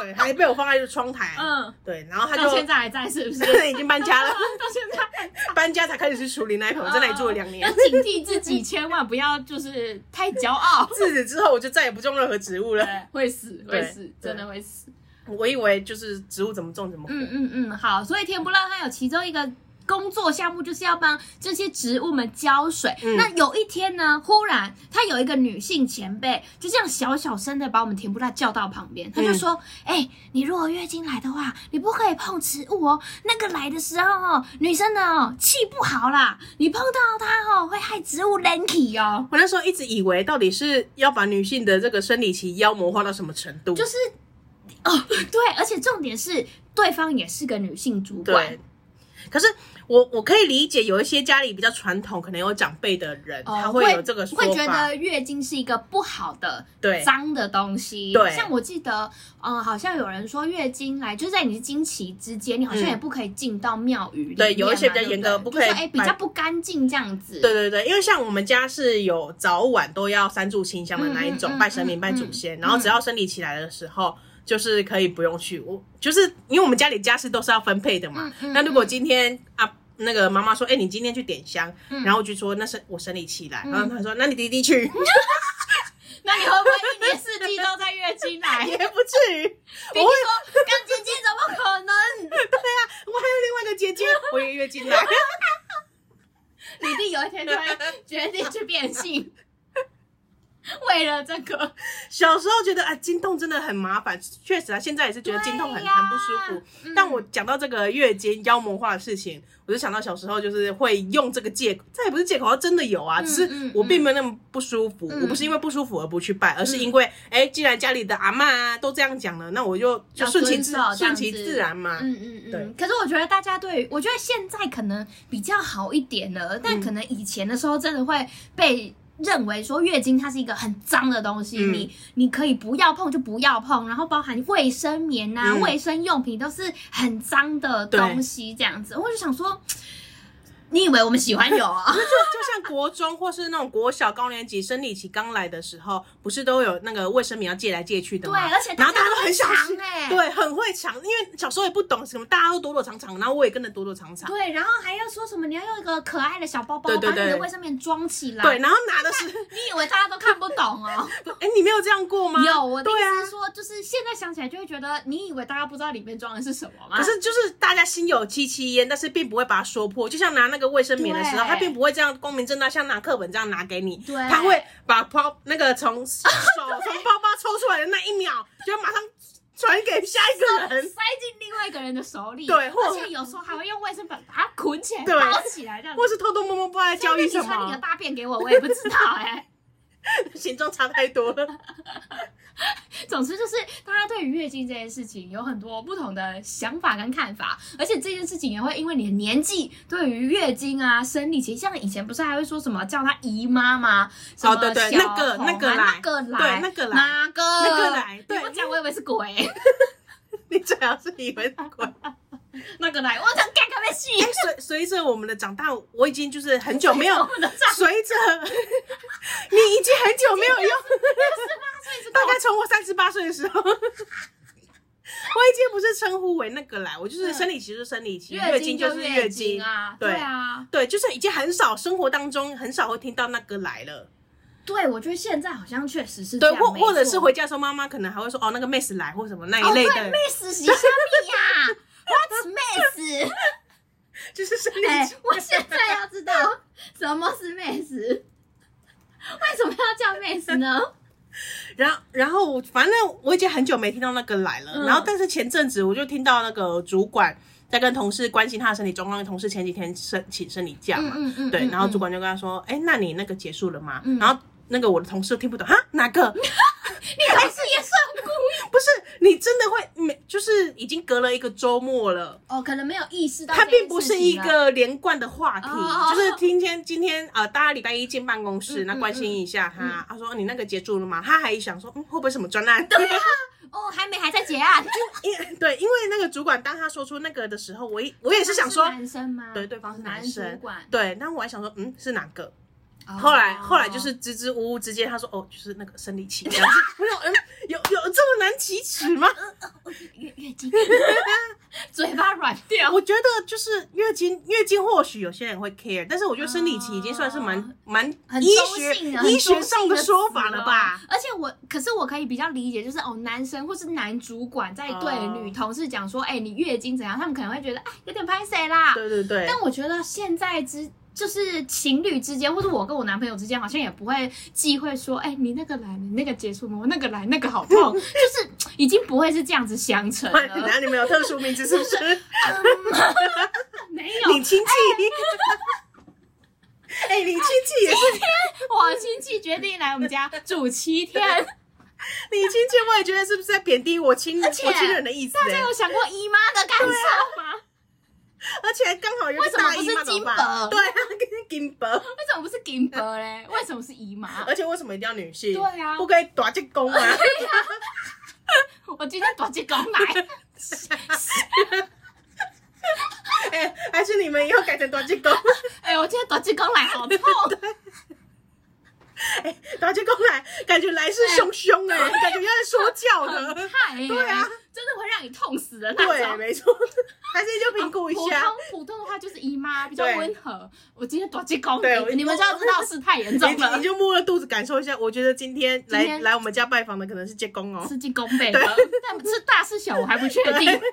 Speaker 2: 对，还被我放在窗台。
Speaker 1: 嗯，
Speaker 2: 对，然后它
Speaker 1: 到现
Speaker 2: 就。
Speaker 1: 在还在是不是？
Speaker 2: (laughs) 已经搬家了，
Speaker 1: (laughs) 到现在
Speaker 2: 搬家才开始去处理那一盆，我在那里住了两
Speaker 1: 嗯
Speaker 2: 年
Speaker 1: 要。警惕自己，千万不要就是太骄傲，
Speaker 2: (laughs) 自此之后，我就再也不种任何植物
Speaker 1: (laughs)
Speaker 2: 了。
Speaker 1: 对，会死，
Speaker 2: 对
Speaker 1: 会死，真的会死。
Speaker 2: 我以为就是植物怎么种怎么活，
Speaker 1: 嗯嗯嗯，好，所以天不浪它有其中一个。工作项目就是要帮这些植物们浇水。
Speaker 2: 嗯
Speaker 1: 那有一天呢，忽然他有一个女性前辈，就这样小小声的把我们田布拉叫到旁边，他
Speaker 2: 嗯
Speaker 1: 就说：“哎、你如果月经来的话，你不可以碰植物哦。那个来的时候哦，女生的哦气不好啦，你碰到它哦会害植物 lanky 哦。
Speaker 2: 我那时候一直以为到底是要把女性的这个生理期妖魔化到什么程度，
Speaker 1: 就是哦，对，而且重点是对方也是个女性主管
Speaker 2: 对。。可是我我可以理解，有一些家里比较传统，可能有长辈的人，
Speaker 1: 哦
Speaker 2: 他会有这个说法，
Speaker 1: 会觉得月经是一个不好的、
Speaker 2: 对
Speaker 1: 脏的东西。
Speaker 2: 对
Speaker 1: 像我记得，嗯、好像有人说月经来就在你经期之间，你好像
Speaker 2: 嗯
Speaker 1: 也不可以进到庙宇里面嘛、
Speaker 2: 对有一些比较
Speaker 1: 对
Speaker 2: 严格
Speaker 1: 不
Speaker 2: 不
Speaker 1: 对
Speaker 2: 可以
Speaker 1: 就说哎、比
Speaker 2: 摆
Speaker 1: 较不干净这样子。
Speaker 2: 对对对，因为像我们家是有早晚都要三炷清香的那一种，
Speaker 1: 嗯嗯嗯
Speaker 2: 拜神明、
Speaker 1: 嗯
Speaker 2: 拜祖先，
Speaker 1: 嗯
Speaker 2: 然后只要生理期来的时候。就是可以不用去，我就是因为我们家里家事都是要分配的嘛。
Speaker 1: 嗯嗯
Speaker 2: 那如果今天啊，那个妈妈说，哎、你今天去点香，
Speaker 1: 嗯
Speaker 2: 然后我就说那是我生理期来，
Speaker 1: 嗯
Speaker 2: 然后她说那你弟弟去，
Speaker 1: 那你会不会一年四季都在月经
Speaker 2: (laughs)
Speaker 1: 来？
Speaker 2: 也不至于。
Speaker 1: 比如说干姐姐怎么可能？
Speaker 2: 我还有另外一个姐姐，我也月经来，
Speaker 1: 你弟有一天就会决定去变性， (laughs) 为了这个。
Speaker 2: 小时候觉得啊，经痛真的很麻烦，确实啊，现在也是觉得经痛很
Speaker 1: 对呀嗯
Speaker 2: 很不舒服。 (laughs) 但我讲到这个月经妖魔化的事情，我就想到小时候就是会用这个借口，这也不是借口，它真的有啊，
Speaker 1: 嗯
Speaker 2: 只是我并没有那么不舒服，
Speaker 1: 嗯
Speaker 2: 我不是因为不舒服而不去拜，而是因为哎、既然家里的阿嬷啊都这样讲了，那我就就
Speaker 1: 要
Speaker 2: 顺其
Speaker 1: 遵
Speaker 2: 自
Speaker 1: 守这样子
Speaker 2: 顺其自然嘛。
Speaker 1: 嗯嗯嗯
Speaker 2: 对。
Speaker 1: 可是我觉得大家对于，我觉得现在可能比较好一点了，但
Speaker 2: 嗯
Speaker 1: 可能以前的时候真的会被。认为说月经它是一个很脏的东西，
Speaker 2: 嗯
Speaker 1: 你你可以不要碰就不要碰，然后包含卫生棉呐、
Speaker 2: 嗯
Speaker 1: 卫、生用品都是很脏的东西，这样子，我就想说，你以为我们喜欢有
Speaker 2: (laughs)
Speaker 1: 啊？
Speaker 2: 就像国中或是那种国小高年级生理期刚来的时候，不是都有那个卫生棉要借来借去的
Speaker 1: 对，
Speaker 2: 吗？
Speaker 1: 而且
Speaker 2: 然后
Speaker 1: 大
Speaker 2: 大家都很小
Speaker 1: 都
Speaker 2: 心
Speaker 1: 会藏欸
Speaker 2: 对，很会藏，因为小时候也不懂什么，大家都躲躲藏藏，然后我也跟着躲躲藏藏。
Speaker 1: 对，然后还要说什么你要用一个可爱的小包包
Speaker 2: 对对
Speaker 1: 把你的
Speaker 2: 对
Speaker 1: 卫生棉装起来，
Speaker 2: 对，然后拿的是，
Speaker 1: 你以为大家都看不懂哦？
Speaker 2: 哎，你没有这样过吗？
Speaker 1: 有，我的
Speaker 2: 对
Speaker 1: 意思
Speaker 2: 啊
Speaker 1: 是。说，就是现在想起来就会觉得，你以为大家不知道里面装的是什么吗？
Speaker 2: 可是就是大家心有戚戚焉，但是并不会把它说破。就像拿那个卫生棉的时候，
Speaker 1: 对
Speaker 2: 他并不会这样光明正大，像拿课本这样拿给你。
Speaker 1: 对
Speaker 2: 他会把包那个从
Speaker 1: (laughs)
Speaker 2: 手从包包抽出来的那一秒，就马上传给下一个人。
Speaker 1: 塞进另外一个人的手里，
Speaker 2: 对或
Speaker 1: 而且有时候还会用卫生纸把它捆起来、
Speaker 2: 对
Speaker 1: 包起来这样子。
Speaker 2: 或是偷偷摸摸不知道在教育什
Speaker 1: 所以那你穿你的
Speaker 2: 么，
Speaker 1: 大便给我，我也不知道哎、
Speaker 2: 形状差太
Speaker 1: (laughs)
Speaker 2: 多了。
Speaker 1: 总之就是，大家对于月经这件事情有很多不同的想法跟看法，而且这件事情也会因为你的年纪，对于月经啊、生理期，像以前不是还会说什么叫她姨妈吗？什么
Speaker 2: 哦对对
Speaker 1: 小
Speaker 2: 那个
Speaker 1: 红啊
Speaker 2: 那个
Speaker 1: 那
Speaker 2: 来
Speaker 1: 个来，
Speaker 2: 对那个来
Speaker 1: 哪个
Speaker 2: 那个来
Speaker 1: 你
Speaker 2: 对
Speaker 1: 不讲我以为是鬼。
Speaker 2: 你最好是以为是鬼。
Speaker 1: 那个来，我想干咖啡戏。
Speaker 2: 哎随随着我们的长大，我已经就是很久 (laughs) 没有
Speaker 1: 我的账
Speaker 2: 随着你已经很久没有用，
Speaker 1: 是
Speaker 2: 大概从我三十八岁的时候，我已经不是称呼为那个来，我就是
Speaker 1: 嗯
Speaker 2: 生理期就是生理期，
Speaker 1: 月
Speaker 2: 经
Speaker 1: 就是月
Speaker 2: 经。
Speaker 1: 啊，
Speaker 2: 对
Speaker 1: 对啊，
Speaker 2: 对，就是已经很少生活当中很少会听到那个来了，
Speaker 1: 对，我觉得现在好像确实是
Speaker 2: 对，
Speaker 1: 这样
Speaker 2: 或
Speaker 1: 没
Speaker 2: 或者是
Speaker 1: 错
Speaker 2: 回家的时候，妈妈可能还会说哦那个 miss 来或什么那
Speaker 1: 哦
Speaker 2: 一类
Speaker 1: 对
Speaker 2: 的，
Speaker 1: ，miss 洗虾米
Speaker 2: (laughs)
Speaker 1: 呀，What's miss？
Speaker 2: 就是生理
Speaker 1: 哎 (laughs)
Speaker 2: 期，
Speaker 1: 我现在要知道什么是 miss。为什么要叫 Max 呢？
Speaker 2: 然后，然后我反正我已经很久没听到那个来了。
Speaker 1: 嗯
Speaker 2: 然后，但是前阵子我就听到那个主管在跟同事关心他的身体状况，同事前几天申请生理假嘛，
Speaker 1: 嗯嗯嗯
Speaker 2: 对。然后主管就跟他说：“哎、那你那个结束了吗？”然后那个我的同事听不懂，哈，哪
Speaker 1: (laughs)
Speaker 2: 个？
Speaker 1: 你同事也算
Speaker 2: 不是你真的会没，就是已经隔了一个周末了。
Speaker 1: 哦，可能没有意识到
Speaker 2: 它
Speaker 1: 这件
Speaker 2: 并不是
Speaker 1: 事
Speaker 2: 一
Speaker 1: 情啊
Speaker 2: 个连贯的话题，
Speaker 1: 哦
Speaker 2: 就是今天今天呃，大家礼拜一进办公室，
Speaker 1: 嗯
Speaker 2: 那、
Speaker 1: 嗯
Speaker 2: 关心一下他，他说哦你那个结束了吗？他还想说，嗯，会不会什么专案？
Speaker 1: 哦，还没还在结案，
Speaker 2: 因 (laughs) 对，因为那个主管当他说出那个的时候，我一我也是想说
Speaker 1: 他，男生吗？
Speaker 2: 对对方是男
Speaker 1: 男
Speaker 2: 生
Speaker 1: 主管。
Speaker 2: 对，但我还想说，嗯，是哪个？
Speaker 1: 哦
Speaker 2: 后来后来就是支支吾吾之间，他说哦，就是那个生理期。这样子 (laughs) 我想，嗯，有有这么难启齿吗？ (laughs)
Speaker 1: 月月经， (laughs) 嘴巴软掉。
Speaker 2: 我觉得就是月经，月经或许有些人会 care，但是我觉得生理期已经算是
Speaker 1: 哦
Speaker 2: 蛮蛮
Speaker 1: 很
Speaker 2: 医
Speaker 1: 中
Speaker 2: 学
Speaker 1: 性的，很
Speaker 2: 医
Speaker 1: 中
Speaker 2: 学
Speaker 1: 性
Speaker 2: 上的
Speaker 1: 词啊
Speaker 2: 说法了吧？？
Speaker 1: 而且我，可是我可以比较理解，就是哦，男生或是男主管在对
Speaker 2: 哦
Speaker 1: 女同事讲说，哎、你月经怎样？他们可能会觉得，哎，有点拍谁啦。
Speaker 2: 对对对，
Speaker 1: 但我觉得现在之就是情侣之间，或者我跟我男朋友之间，好像也不会忌讳说，哎、你那个来，你那个结束吗？我那个来，那个好痛，就是已经不会是这样子相成
Speaker 2: 哎等
Speaker 1: 了。
Speaker 2: 下你们有特殊名字是
Speaker 1: (laughs)
Speaker 2: 不是？
Speaker 1: 嗯没有，
Speaker 2: 你亲戚？ (laughs) 哎，你亲戚也是，
Speaker 1: 我亲戚决定来我们家住七天。
Speaker 2: 你亲戚，我也觉得是不是在贬低我亲我
Speaker 1: 且
Speaker 2: 亲人的意思？
Speaker 1: 大家
Speaker 2: 哎
Speaker 1: 有想过姨妈的感受吗？
Speaker 2: 而且刚好有
Speaker 1: 为
Speaker 2: 个
Speaker 1: 什么
Speaker 2: 大
Speaker 1: 不
Speaker 2: 姨
Speaker 1: 是
Speaker 2: 妈怎么
Speaker 1: 金
Speaker 2: 办？
Speaker 1: 箔
Speaker 2: 对啊，金箔。
Speaker 1: 为什么不是金箔嘞？为什么是姨妈？
Speaker 2: 而且为什么一定要女性？
Speaker 1: 啊对啊
Speaker 2: 不可以打进宫吗？
Speaker 1: (laughs) 我今天短期刚来，
Speaker 2: 哎，还是你们以后改成打进
Speaker 1: (laughs)
Speaker 2: 宫？
Speaker 1: (laughs) 哎、我今天短期刚来，好痛！
Speaker 2: 打进宫来，感觉来势汹汹哎，感觉要来说教
Speaker 1: 很
Speaker 2: 的。
Speaker 1: 害、欸，
Speaker 2: 对啊，
Speaker 1: 真的会让你痛死的那
Speaker 2: 对，
Speaker 1: 种。
Speaker 2: 没错，还是就评估一
Speaker 1: 啊普
Speaker 2: 下
Speaker 1: 通。普通的话就是姨妈比较
Speaker 2: 对
Speaker 1: 温和，我今天短期刚
Speaker 2: 对我
Speaker 1: 你们就要知道事态严重
Speaker 2: 你
Speaker 1: 了
Speaker 2: 你，就摸着肚子感受一下，我觉得今天来
Speaker 1: 今天
Speaker 2: 来我们家拜访的可能是介公哦。
Speaker 1: 吃进公倍了，但是大是小我还不确定。
Speaker 2: 对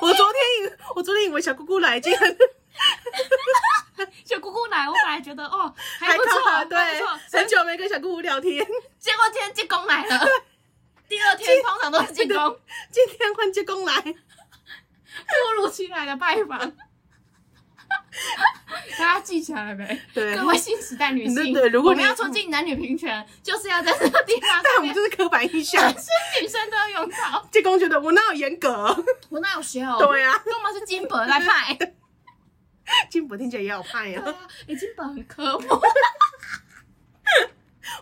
Speaker 2: 我昨天以我昨天以为小姑姑来，竟然
Speaker 1: 小姑姑来，我本来觉得哦还
Speaker 2: 还
Speaker 1: 不
Speaker 2: 刚
Speaker 1: 错，
Speaker 2: 好啊
Speaker 1: 还不
Speaker 2: 对
Speaker 1: 错，，
Speaker 2: 很久没跟小姑姑聊天， (laughs)
Speaker 1: 结果今天进宫来了，第二天通常都是进宫，
Speaker 2: 今天换介公来，
Speaker 1: 突如其来的拜
Speaker 2: (laughs)
Speaker 1: 访，大家记起来了没？
Speaker 2: 对。
Speaker 1: 各位新时代女
Speaker 2: 对
Speaker 1: 性，
Speaker 2: 对如果
Speaker 1: 我
Speaker 2: 你
Speaker 1: 们要促进男女平权，就是要在这个地方
Speaker 2: (laughs) 但我
Speaker 1: 上
Speaker 2: 们
Speaker 1: 面，
Speaker 2: 就是刻板印象
Speaker 1: 男，生女生都要用到。
Speaker 2: 介公觉得我哪有严格？
Speaker 1: 我哪有学哦？
Speaker 2: 对啊，
Speaker 1: 干嘛是金箔来派？ (laughs) 对
Speaker 2: 金箔听起来也好派哦。
Speaker 1: 啊，哎，金箔很科普。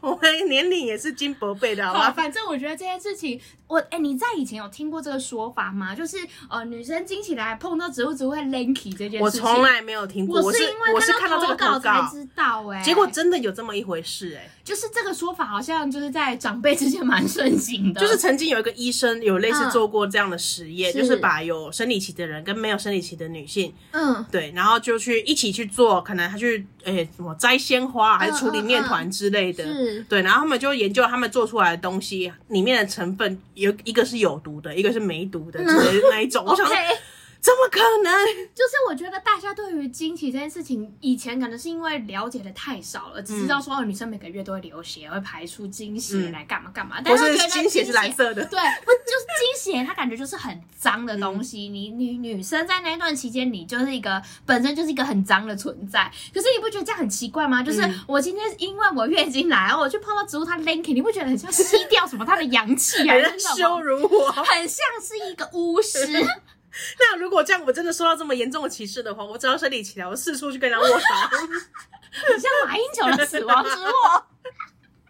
Speaker 2: 我们年龄也是金箔辈的，好 (laughs)
Speaker 1: 好，
Speaker 2: 吧？
Speaker 1: 反正我觉得这件事情，我哎，你在以前有听过这个说法吗？就是呃，女生经起来碰到植物只会 lanky 这件事情。
Speaker 2: 我从，来没有听过，
Speaker 1: 我
Speaker 2: 我是
Speaker 1: 因为
Speaker 2: 我是看
Speaker 1: 到
Speaker 2: 到这个
Speaker 1: 投
Speaker 2: 投
Speaker 1: 才
Speaker 2: 稿，
Speaker 1: 知道哎。
Speaker 2: 结果真的有这么一回事，哎，
Speaker 1: 就是这个说法，好像就是在长辈之间蛮盛行的，
Speaker 2: 就是曾经有一个医生有类似
Speaker 1: 嗯
Speaker 2: 做过这样的实验，
Speaker 1: 是
Speaker 2: 就是把有生理期的人跟没有生理期的女性，
Speaker 1: 嗯。
Speaker 2: 对，然后就去一起去做，可能他去诶、什么摘鲜花啊还是处理面团之类的。
Speaker 1: 嗯是
Speaker 2: 对，然后他们就研究他们做出来的东西里面的成分，有一个是有毒的，一个是没毒的之类的那一种。我
Speaker 1: 嗯
Speaker 2: 想
Speaker 1: ，OK，
Speaker 2: 说，怎么可能？
Speaker 1: 就是我觉得大家对于经期这件事情，以前可能是因为了解的太少了，只知道说、哦，女生每个月都会流血，会排出经血
Speaker 2: 嗯
Speaker 1: 来干嘛干嘛，
Speaker 2: 不
Speaker 1: 但
Speaker 2: 是
Speaker 1: 觉得
Speaker 2: 经血是蓝色的，
Speaker 1: 对，不就是经血，它感觉就是很脏的东
Speaker 2: 嗯
Speaker 1: 西。你你女生在那一段期间，你就是一个本身就是一个很脏的存在。可是你不觉得这样很奇怪吗？就是
Speaker 2: 嗯
Speaker 1: 我今天因为我月经来，我去碰到植物，它 linking，你不觉得很像吸掉什么它的阳气啊？
Speaker 2: 别
Speaker 1: 还
Speaker 2: (laughs) 人
Speaker 1: 是什
Speaker 2: 羞
Speaker 1: 么？
Speaker 2: 辱我。
Speaker 1: 很像是一个巫师。
Speaker 2: 那如果这样，我真的受到这么严重的歧视的话，我只要生理期来，我四处去跟人家握手。啊
Speaker 1: 很像马英九的死亡之握。
Speaker 2: (laughs)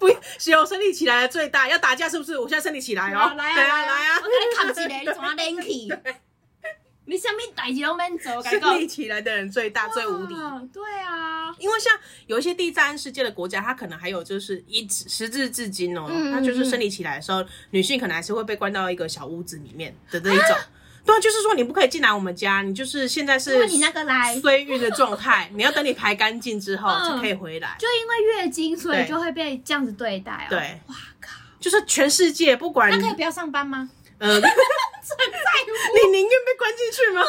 Speaker 2: 不，只有生理期来的最大。要打架是不是？我现在生理期来哦，
Speaker 1: 来
Speaker 2: 对
Speaker 1: 啊
Speaker 2: 啊，来啊
Speaker 1: 我！跟你扛一个，你怎么 l a
Speaker 2: (laughs)
Speaker 1: 你什么代志都免做，我跟你
Speaker 2: 生
Speaker 1: 讲
Speaker 2: 理期来的人最大最无敌。
Speaker 1: 哇对啊，
Speaker 2: 因为像有一些第三世界的国家，它可能还有就是一直时至至今哦，
Speaker 1: 嗯嗯
Speaker 2: 它就是生理期来的时候，女性可能还是会被关到一个小屋子里面的这
Speaker 1: (laughs)
Speaker 2: 一种。对啊，就是说你不可以进来我们家，你就是现在
Speaker 1: 因
Speaker 2: 是
Speaker 1: 为你那个来，就
Speaker 2: 虽孕的状态，你要等你排干净之后
Speaker 1: 嗯
Speaker 2: 才可以回来。
Speaker 1: 因为月经，所以
Speaker 2: 对
Speaker 1: 就会被这样子对待哦。，
Speaker 2: 对，
Speaker 1: 哇靠，
Speaker 2: 就是全世界不管
Speaker 1: 那可以不要上班吗？
Speaker 2: (laughs) 呃，你
Speaker 1: 在乎
Speaker 2: 宁愿被关进去吗？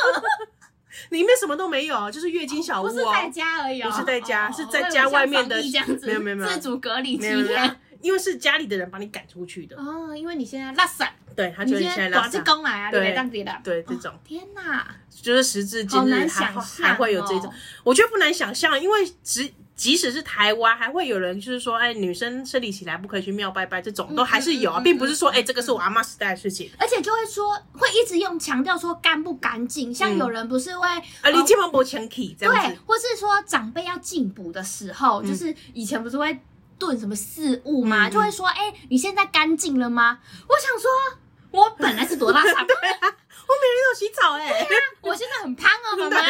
Speaker 2: (laughs) 里面什么都没有，就是月经小屋、
Speaker 1: 不
Speaker 2: 哦，
Speaker 1: 是在家而已、哦，
Speaker 2: 不是在家
Speaker 1: 哦
Speaker 2: 是在
Speaker 1: 我以为
Speaker 2: 家
Speaker 1: 像
Speaker 2: 外面的
Speaker 1: 防疫这样子，
Speaker 2: (laughs) 没有没有没有
Speaker 1: 自主隔离七
Speaker 2: 没有没有
Speaker 1: 天。，
Speaker 2: 因为是家里的人把你赶出去的，
Speaker 1: 哦，因为你现在拉散，
Speaker 2: 啊对他
Speaker 1: 你
Speaker 2: 就会
Speaker 1: 现
Speaker 2: 现在
Speaker 1: 在打
Speaker 2: 拉萨
Speaker 1: 这，工来啊，
Speaker 2: 对
Speaker 1: 你来当地的。
Speaker 2: 对这种
Speaker 1: 天哪，
Speaker 2: 就是时至今
Speaker 1: 好
Speaker 2: 日
Speaker 1: 难
Speaker 2: 还
Speaker 1: 想
Speaker 2: 会
Speaker 1: 象
Speaker 2: 还会有这种
Speaker 1: 哦，
Speaker 2: 我觉得不难想象，因为只。即使是台湾，还会有人就是说，哎，女生生理起来不可以去庙拜拜，这种都还是有
Speaker 1: 嗯
Speaker 2: 啊，
Speaker 1: 嗯嗯嗯
Speaker 2: 并不是说，哎，这个是我阿妈时代的事情
Speaker 3: 而且就会说，会一直用强调说干不干净，
Speaker 2: 嗯
Speaker 3: 像有人不是会、
Speaker 2: 啊，
Speaker 3: 哦
Speaker 2: 你基本不前体这样
Speaker 3: 对
Speaker 2: 子，，
Speaker 3: 或是说长辈要进补的时候，就是以前不是会炖什么四物吗？
Speaker 2: 嗯
Speaker 3: 就会说，哎、你现在干净了吗？我想说，我本来是多邋
Speaker 2: (laughs) 我
Speaker 3: 遢，
Speaker 2: 每天都洗澡哎、
Speaker 1: 啊
Speaker 3: 我现在很胖哦，妈妈。 (laughs)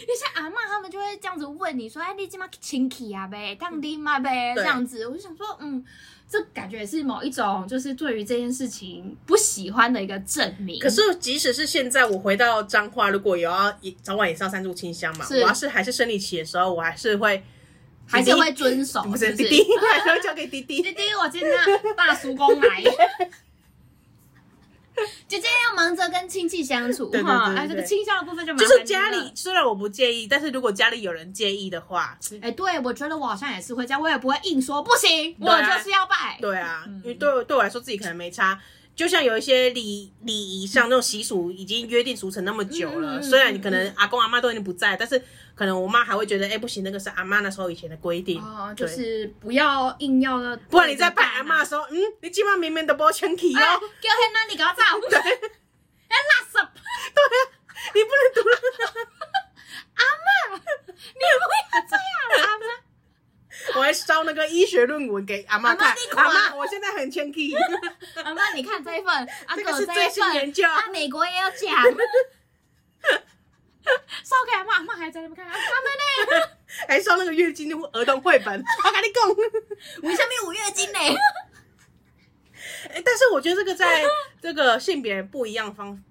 Speaker 3: 有些阿嬷他们就会这样子问你说：“哎，你今嘛清气啊呗，当你嘛呗？”
Speaker 2: 嗯对
Speaker 3: 这样子，我就想说，嗯，这感觉也是某一种就是对于这件事情不喜欢的一个证明。
Speaker 2: 可是即使是现在，我回到彰化，如果有要早晚也是要三炷清香嘛，我
Speaker 3: 是
Speaker 2: 要是还是生理期的时候，我还是会
Speaker 3: 还是会遵守，
Speaker 2: 不
Speaker 3: 是
Speaker 2: 是
Speaker 3: 不
Speaker 2: 弟
Speaker 3: 是？
Speaker 2: 弟，
Speaker 1: (laughs)
Speaker 2: 还是会交给弟弟。
Speaker 3: 弟弟，我今天大叔公来。
Speaker 1: 姐姐要忙着跟亲戚相处
Speaker 2: 对对
Speaker 1: 哈，
Speaker 2: 对对
Speaker 1: 哎，这个
Speaker 2: 对
Speaker 1: 倾向的部分就麻
Speaker 2: (laughs) 就
Speaker 1: 烦
Speaker 2: 是家
Speaker 1: 你了
Speaker 2: 里，虽然我不介意，但是如果家里有人介意的话，
Speaker 1: 哎、对我觉得我好像也是会这样，我也不会硬说不行，
Speaker 2: 对啊
Speaker 1: 我就是要拜。
Speaker 2: 对啊，
Speaker 1: 嗯
Speaker 2: 因为对我对我来说自己可能没差。就像有一些礼礼仪上那种习俗已经约定俗成那么久了，
Speaker 1: 嗯嗯嗯
Speaker 2: 虽然你可能阿公阿妈都已经不在，但是可能我妈还会觉得，哎、不行，那个是阿妈那时候以前的规定，
Speaker 1: 哦，就
Speaker 2: 对
Speaker 1: 是不要硬要的，
Speaker 2: 不然你在拜阿妈的时候，嗯，你今晚明明都不清体
Speaker 1: 哎，
Speaker 2: 哦
Speaker 1: 叫，天哪，你给我走！哎，拉什么？
Speaker 2: (laughs) 你不能读了。
Speaker 1: 你不要这样啊啦，阿妈。
Speaker 2: 我还烧那个医学论文给阿妈看
Speaker 1: 阿嬷你。看
Speaker 2: 阿妈，我现在很谦虚，
Speaker 1: 阿妈，啊你看这一份，阿
Speaker 2: 这
Speaker 1: 狗
Speaker 2: 个是
Speaker 1: 这
Speaker 2: 最
Speaker 1: 一
Speaker 2: 新
Speaker 1: 份，
Speaker 2: 研究。
Speaker 3: 啊，美国也有讲，
Speaker 1: 烧给阿妈，阿妈还在那边看，阿妈呢？
Speaker 2: (laughs) 还烧那个月经的儿童绘本，我跟你讲。
Speaker 3: 我下面五月经呢。
Speaker 1: (laughs)
Speaker 2: 哎但是我觉得这
Speaker 1: (laughs)
Speaker 2: 个在这个性别不一样方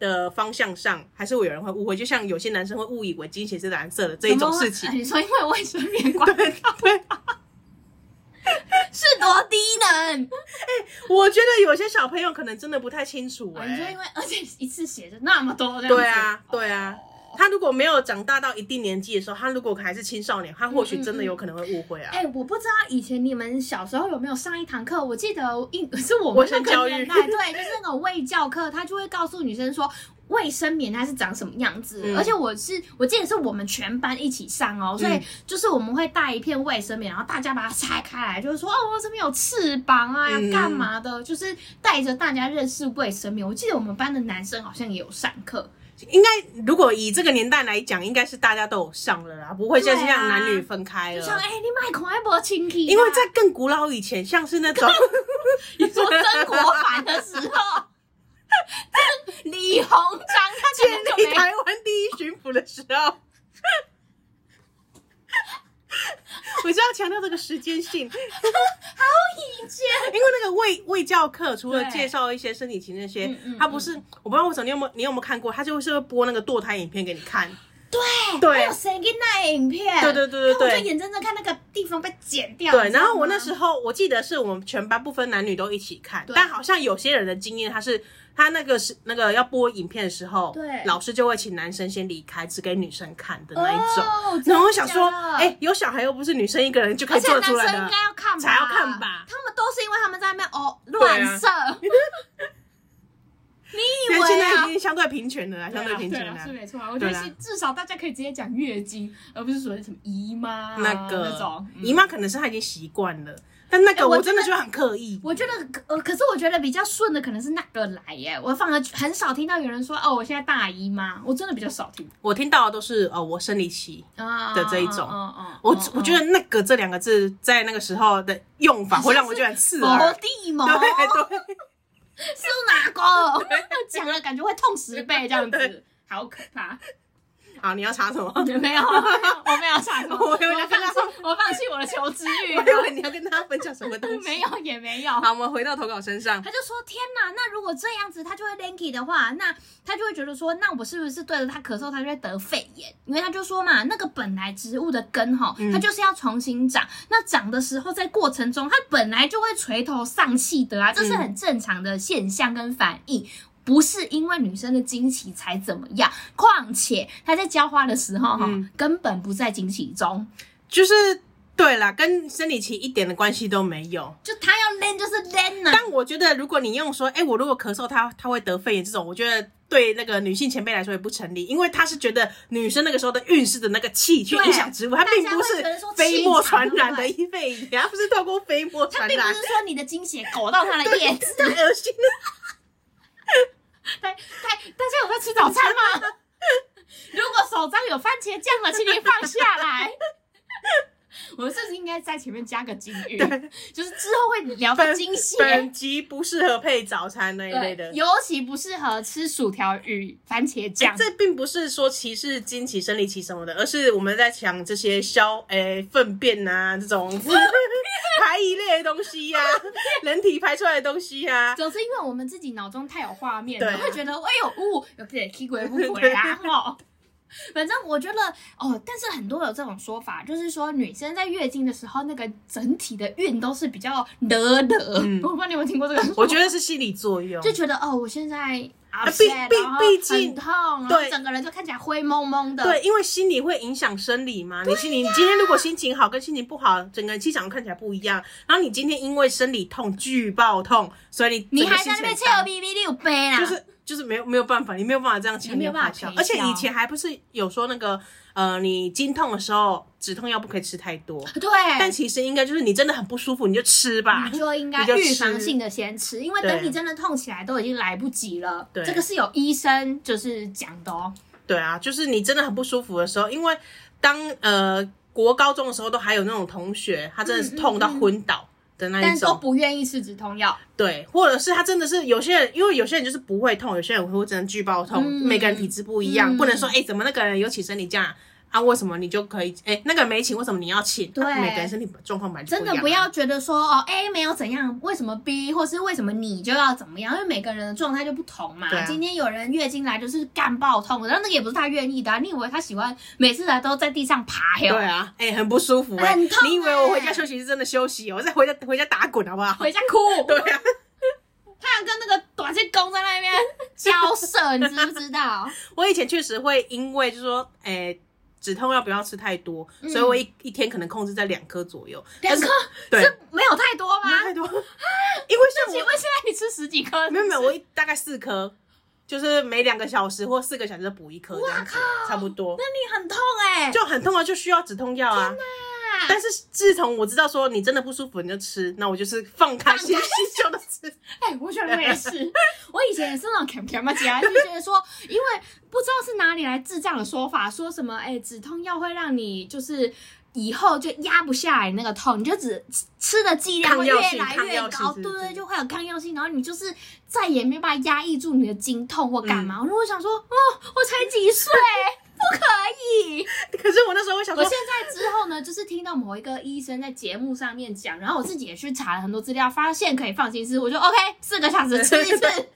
Speaker 2: 的方向上，还是会有人会误会，就像有些男生会误以为经血是蓝色的这一种事
Speaker 1: 哎
Speaker 2: 情。
Speaker 1: (laughs) 你说因为卫生棉广告
Speaker 2: 对，
Speaker 3: 是多低能？
Speaker 2: 我觉得有些小朋友可能真的不太清楚、
Speaker 1: 啊
Speaker 2: 哎、
Speaker 1: 你说因为而且一次写着那么多这样子，哦
Speaker 2: 对啊，对啊。他如果没有长大到一定年纪的时候，他如果还是青少年，他或许
Speaker 1: 嗯
Speaker 2: 真的有可能会误会啊。
Speaker 1: 哎、我不知道以前你们小时候有没有上一堂课？我记得应是我
Speaker 2: 卫
Speaker 1: 们那
Speaker 2: 生教
Speaker 1: 个
Speaker 2: 育
Speaker 1: 年代，对，就是那种卫教课，他就会告诉女生说卫生棉它是长什么样子。
Speaker 2: 嗯
Speaker 1: 而且我是我记得是我们全班一起上哦，所以
Speaker 2: 嗯
Speaker 1: 就是我们会带一片卫生棉，然后大家把它拆开来，就是说哦，这边有翅膀啊，要
Speaker 2: 嗯
Speaker 1: 干嘛的，就是带着大家认识卫生棉。我记得我们班的男生好像也有上课，
Speaker 2: 应该如果以这个年代来讲，应该是大家都有上了啦，不会像
Speaker 1: 对
Speaker 2: 是
Speaker 1: 啊
Speaker 2: 让男女分开
Speaker 1: 就像
Speaker 2: 了。
Speaker 1: 哎、你买可爱博亲戚啊，
Speaker 2: 啊因为在更古老以前，像是那种
Speaker 1: 你说曾国藩的时候， (laughs) 李鸿章他
Speaker 2: 建
Speaker 1: 根
Speaker 2: (laughs)
Speaker 1: 本就
Speaker 2: 立
Speaker 1: 没
Speaker 2: 台湾第一巡抚的时
Speaker 1: (laughs)
Speaker 2: 候，我就要强调这个时间性，
Speaker 1: 意见，
Speaker 2: 因为那个卫卫教课除了
Speaker 1: 对
Speaker 2: 介绍一些身体情那些
Speaker 1: 嗯，嗯
Speaker 2: 他不是我不知道为什么你有没有你有没有看过，他就是会播那个堕胎影片给你看。
Speaker 1: 对
Speaker 2: 对
Speaker 1: 还有哎谁给那影片？
Speaker 2: 对对对对对
Speaker 1: 那我就眼睁睁看那个地方被剪掉。
Speaker 2: 对，
Speaker 1: 你知道
Speaker 2: 然
Speaker 1: 吗
Speaker 2: 后我那时候我记得是我们全班不分男女都一起看，
Speaker 1: 对
Speaker 2: 但好像有些人的经验，他是他那个是那个要播影片的时候，
Speaker 1: 对
Speaker 2: 老师就会请男生先离开，只给女生看的那一种。
Speaker 1: 哦
Speaker 2: 然后我想说
Speaker 1: 真的假，的
Speaker 2: 哎、有小孩又不是女生一个人就可
Speaker 1: 而
Speaker 2: 以
Speaker 1: 且
Speaker 2: 做得
Speaker 1: 男
Speaker 2: 出
Speaker 1: 生
Speaker 2: 来
Speaker 1: 应
Speaker 2: 的，
Speaker 1: 该要看吧，
Speaker 2: 才要看吧
Speaker 1: 他们都是因为他们在那边哦
Speaker 2: 对
Speaker 1: 乱
Speaker 2: 啊
Speaker 1: 射，
Speaker 2: (laughs)
Speaker 1: 你以
Speaker 2: 因为现
Speaker 1: 为
Speaker 2: 在
Speaker 1: 啊
Speaker 2: 已？经相对平权了啊，相平
Speaker 1: 对
Speaker 2: 权
Speaker 1: 啊
Speaker 2: 了
Speaker 1: 是。没错啊。我觉得
Speaker 2: 对啊
Speaker 1: 是至少大家可以直接讲月经，而不是说什么姨妈啊
Speaker 2: 那个
Speaker 1: 那种嗯
Speaker 2: 姨妈可能是她已经习惯了，但那
Speaker 1: 哎
Speaker 2: 个
Speaker 1: 我
Speaker 2: 我真的
Speaker 1: 觉
Speaker 2: 觉得很刻意。
Speaker 1: 我觉得，呃，可是我觉得比较顺的可能是那个来耶，我反而很少听到有人说哦，我现在大姨妈，我真的比较少听
Speaker 2: 我听到的都是哦，我生理期。
Speaker 1: 啊
Speaker 2: 的这一种
Speaker 1: 嗯嗯，
Speaker 2: 我我觉得那个这两个字在那个时候的用法会让我觉得很刺耳。
Speaker 1: 佛地魔
Speaker 2: 啊对对。
Speaker 1: 是哪个？ (laughs) 讲了感觉会痛十倍这样子，好可怕。
Speaker 2: 好，你要查什么？
Speaker 1: 没有，我没有下手，
Speaker 2: (laughs) 我
Speaker 1: 我
Speaker 2: 以为你要跟他
Speaker 1: 放弃，我放弃我的求知欲
Speaker 2: 我，以为你要跟大家分享什么东西。
Speaker 1: (laughs) 没。有也没有。
Speaker 2: 好，我们回到投稿身上。
Speaker 1: 他就说：“天哪，那如果这样子，他就会 lanky 的话，那他就会觉得说，那我是不是对着他咳嗽，他就会得肺炎？因为他就说嘛，那个本来植物的根哈
Speaker 2: 嗯，
Speaker 1: 它就是要重新长。那长的时候，在过程
Speaker 2: 嗯
Speaker 1: 中，它本来就会垂头丧气的啊，这是很正常的现象跟反应。不是因为女生的经期才怎么样。况且她在浇花的时候哈、
Speaker 2: 嗯
Speaker 1: 根本不在经期中，
Speaker 2: 就是对啦，跟生理期一点的关系都没有。
Speaker 1: 就她要练就是练呐、
Speaker 2: 但我觉得，如果你用说，哎、我如果咳嗽它，它会得肺炎这种，我觉得对那个女性前辈来说也不成立，因为她是觉得女生那个时候的运势的那个气去
Speaker 1: 对
Speaker 2: 影响植物，它
Speaker 1: 大家
Speaker 2: 并不
Speaker 1: 会觉得说
Speaker 2: 是飞沫
Speaker 1: 气场
Speaker 2: 传染
Speaker 1: 对
Speaker 2: 的肺炎，它不是透过飞沫
Speaker 1: 她
Speaker 2: 传
Speaker 1: 并不
Speaker 2: 染
Speaker 1: 是，说你的经血搞到她的叶子。
Speaker 2: 太恶心了。
Speaker 1: 大大大家有在吃早餐吗？ (laughs) 如果手上有番茄酱了，请你放下
Speaker 2: (laughs)
Speaker 1: 来。我们是不是应该在前面加个金鱼？就是之后会聊到
Speaker 2: (laughs) 本
Speaker 1: 金蟹，
Speaker 2: 本集不适合配早餐那一类的
Speaker 1: 对，。尤其不适合吃薯条与番茄
Speaker 2: 哎
Speaker 1: 酱。
Speaker 2: 这并不是说歧视经期、生理期什么的，而是我们在讲这些消诶粪便啊这 (laughs) 种排一类的东西呀、人体排出来的东西呀、
Speaker 1: 总之，因为我们自己脑中太有画面了，
Speaker 2: 对啊
Speaker 1: 会觉得哎呦呜，有点踢鬼不鬼
Speaker 2: (laughs)
Speaker 1: 啊吼。反正我觉得哦，但是很多有这种说法，就是说女生在月经的时候，那个整体的运都是比较得得。
Speaker 2: 嗯
Speaker 1: 我不知道你有没有听
Speaker 2: (laughs)
Speaker 1: 过这个说法，
Speaker 2: 我觉得是心理作用，
Speaker 1: 就觉得哦，我现在啊，
Speaker 2: 哎毕毕毕竟
Speaker 1: 很痛，然后
Speaker 2: 对
Speaker 1: 整个人就看起来灰蒙蒙的。
Speaker 2: 对，因为心理会影响生理嘛。你心理，你今天如果心情好跟心情不好，整个人气场看起来不一样。然后你今天因为生理痛巨爆痛，所以你
Speaker 1: 你
Speaker 2: 整个
Speaker 1: 还在
Speaker 2: 心
Speaker 1: 那边
Speaker 2: 情
Speaker 1: 切
Speaker 2: 很大
Speaker 1: B B 六杯啦，
Speaker 2: 就是就是没有没有办法，你没有办法这样强
Speaker 1: 你没有
Speaker 2: 扭
Speaker 1: 办法
Speaker 2: 法消
Speaker 1: 陪。
Speaker 2: 而且
Speaker 1: 笑
Speaker 2: 以前还不是有说那个呃，你经痛的时候止痛药不可以吃太多，
Speaker 1: 对，
Speaker 2: 但其实应该就是你真的很不舒服你就吃吧
Speaker 1: 你。就应该
Speaker 2: 你就
Speaker 1: 预
Speaker 2: 吃
Speaker 1: 防性的先吃，因为
Speaker 2: 对
Speaker 1: 等你真的痛起来都已经来不及了。
Speaker 2: 对
Speaker 1: 这个是有医生就是讲的哦。
Speaker 2: 对啊，就是你真的很不舒服的时候，因为当呃国高中的时候都还有那种同学，他真的是痛到昏倒的那
Speaker 1: 嗯但
Speaker 2: 一
Speaker 1: 都
Speaker 2: 种。
Speaker 1: 不愿意吃止痛药，
Speaker 2: 对，或者是他真的是有些人，因为有些人就是不会痛，有些人会真的巨爆痛，
Speaker 1: 嗯
Speaker 2: 每个人体质不一样，
Speaker 1: 嗯
Speaker 2: 不能说哎、诶怎么那个人有起生理假啊，为什么你就可以？哎、那个人没请，为什么你要请？
Speaker 1: 对
Speaker 2: 啊每个人身体状况本来就
Speaker 1: 真的
Speaker 2: 不
Speaker 1: 不
Speaker 2: 一样
Speaker 1: 要
Speaker 2: 啊。
Speaker 1: 觉得说哦 A 没有怎样，为什么 B 或是为什么你就要怎么样？因为每个人的状态就不同嘛。
Speaker 2: 对啊
Speaker 1: 今天有人月经来就是干爆痛，然后那个也不是他愿意的啊、你以为他喜欢每次来都在地上爬哟？
Speaker 2: 对啊，哎、很不舒服、哎
Speaker 1: 很痛
Speaker 2: 你以为我回家
Speaker 1: 哎
Speaker 2: 休息是真的休息哦？我再回家回家打滚好不好？
Speaker 1: 回家哭，
Speaker 2: (laughs) 对啊，
Speaker 1: 他想跟那个短线工在那边交涉，你知不知
Speaker 2: (laughs)
Speaker 1: 道？
Speaker 2: 我以前确实会因为就是说，哎、止痛药不要吃太多，
Speaker 1: 嗯
Speaker 2: 所以我一一天可能控制在两颗左右。
Speaker 1: 两
Speaker 2: 但是
Speaker 1: 颗
Speaker 2: 对，
Speaker 1: 是没有太多
Speaker 2: 没有
Speaker 1: 吗？
Speaker 2: 太多， (laughs) 因为像
Speaker 1: (laughs)
Speaker 2: 我
Speaker 1: 请问现在你吃十几颗？
Speaker 2: (laughs) 没有没有，我一大概四颗，就是每两个小时或四个小时就补一颗，这样子差不多
Speaker 1: 那，你很痛哎、
Speaker 2: 就很痛啊，就需要止痛药啊。但是自从我知道说你真的不舒服你就吃，那我就是放开心心就的吃。
Speaker 1: 哎、我觉得我也
Speaker 2: (laughs)
Speaker 1: 是，我以前也是那种 cam cam 起来，就觉得说，因为不知道是哪里来智障的说法，说什么哎、止痛药会让你就是。以后就压不下来那个痛，你就只吃的剂量会
Speaker 2: 抗
Speaker 1: 越
Speaker 2: 药性
Speaker 1: 来
Speaker 2: 抗
Speaker 1: 越
Speaker 2: 药性
Speaker 1: 高，
Speaker 2: 是
Speaker 1: 对
Speaker 2: 不是
Speaker 1: 对，就会有抗药性，然后你就是再也没有办法压抑住你的经痛或干
Speaker 2: 嗯
Speaker 1: 嘛。我就想说，哦，我才几岁，不可以。
Speaker 2: 可是我那时候会想
Speaker 1: 我
Speaker 2: 说
Speaker 1: 现，在之后呢，就是听到某一个医生在节目上面讲，然后我自己也去查了很多资料，发现可以放心吃，我就 OK，四个小时吃
Speaker 2: (laughs)
Speaker 1: 一次
Speaker 2: 对。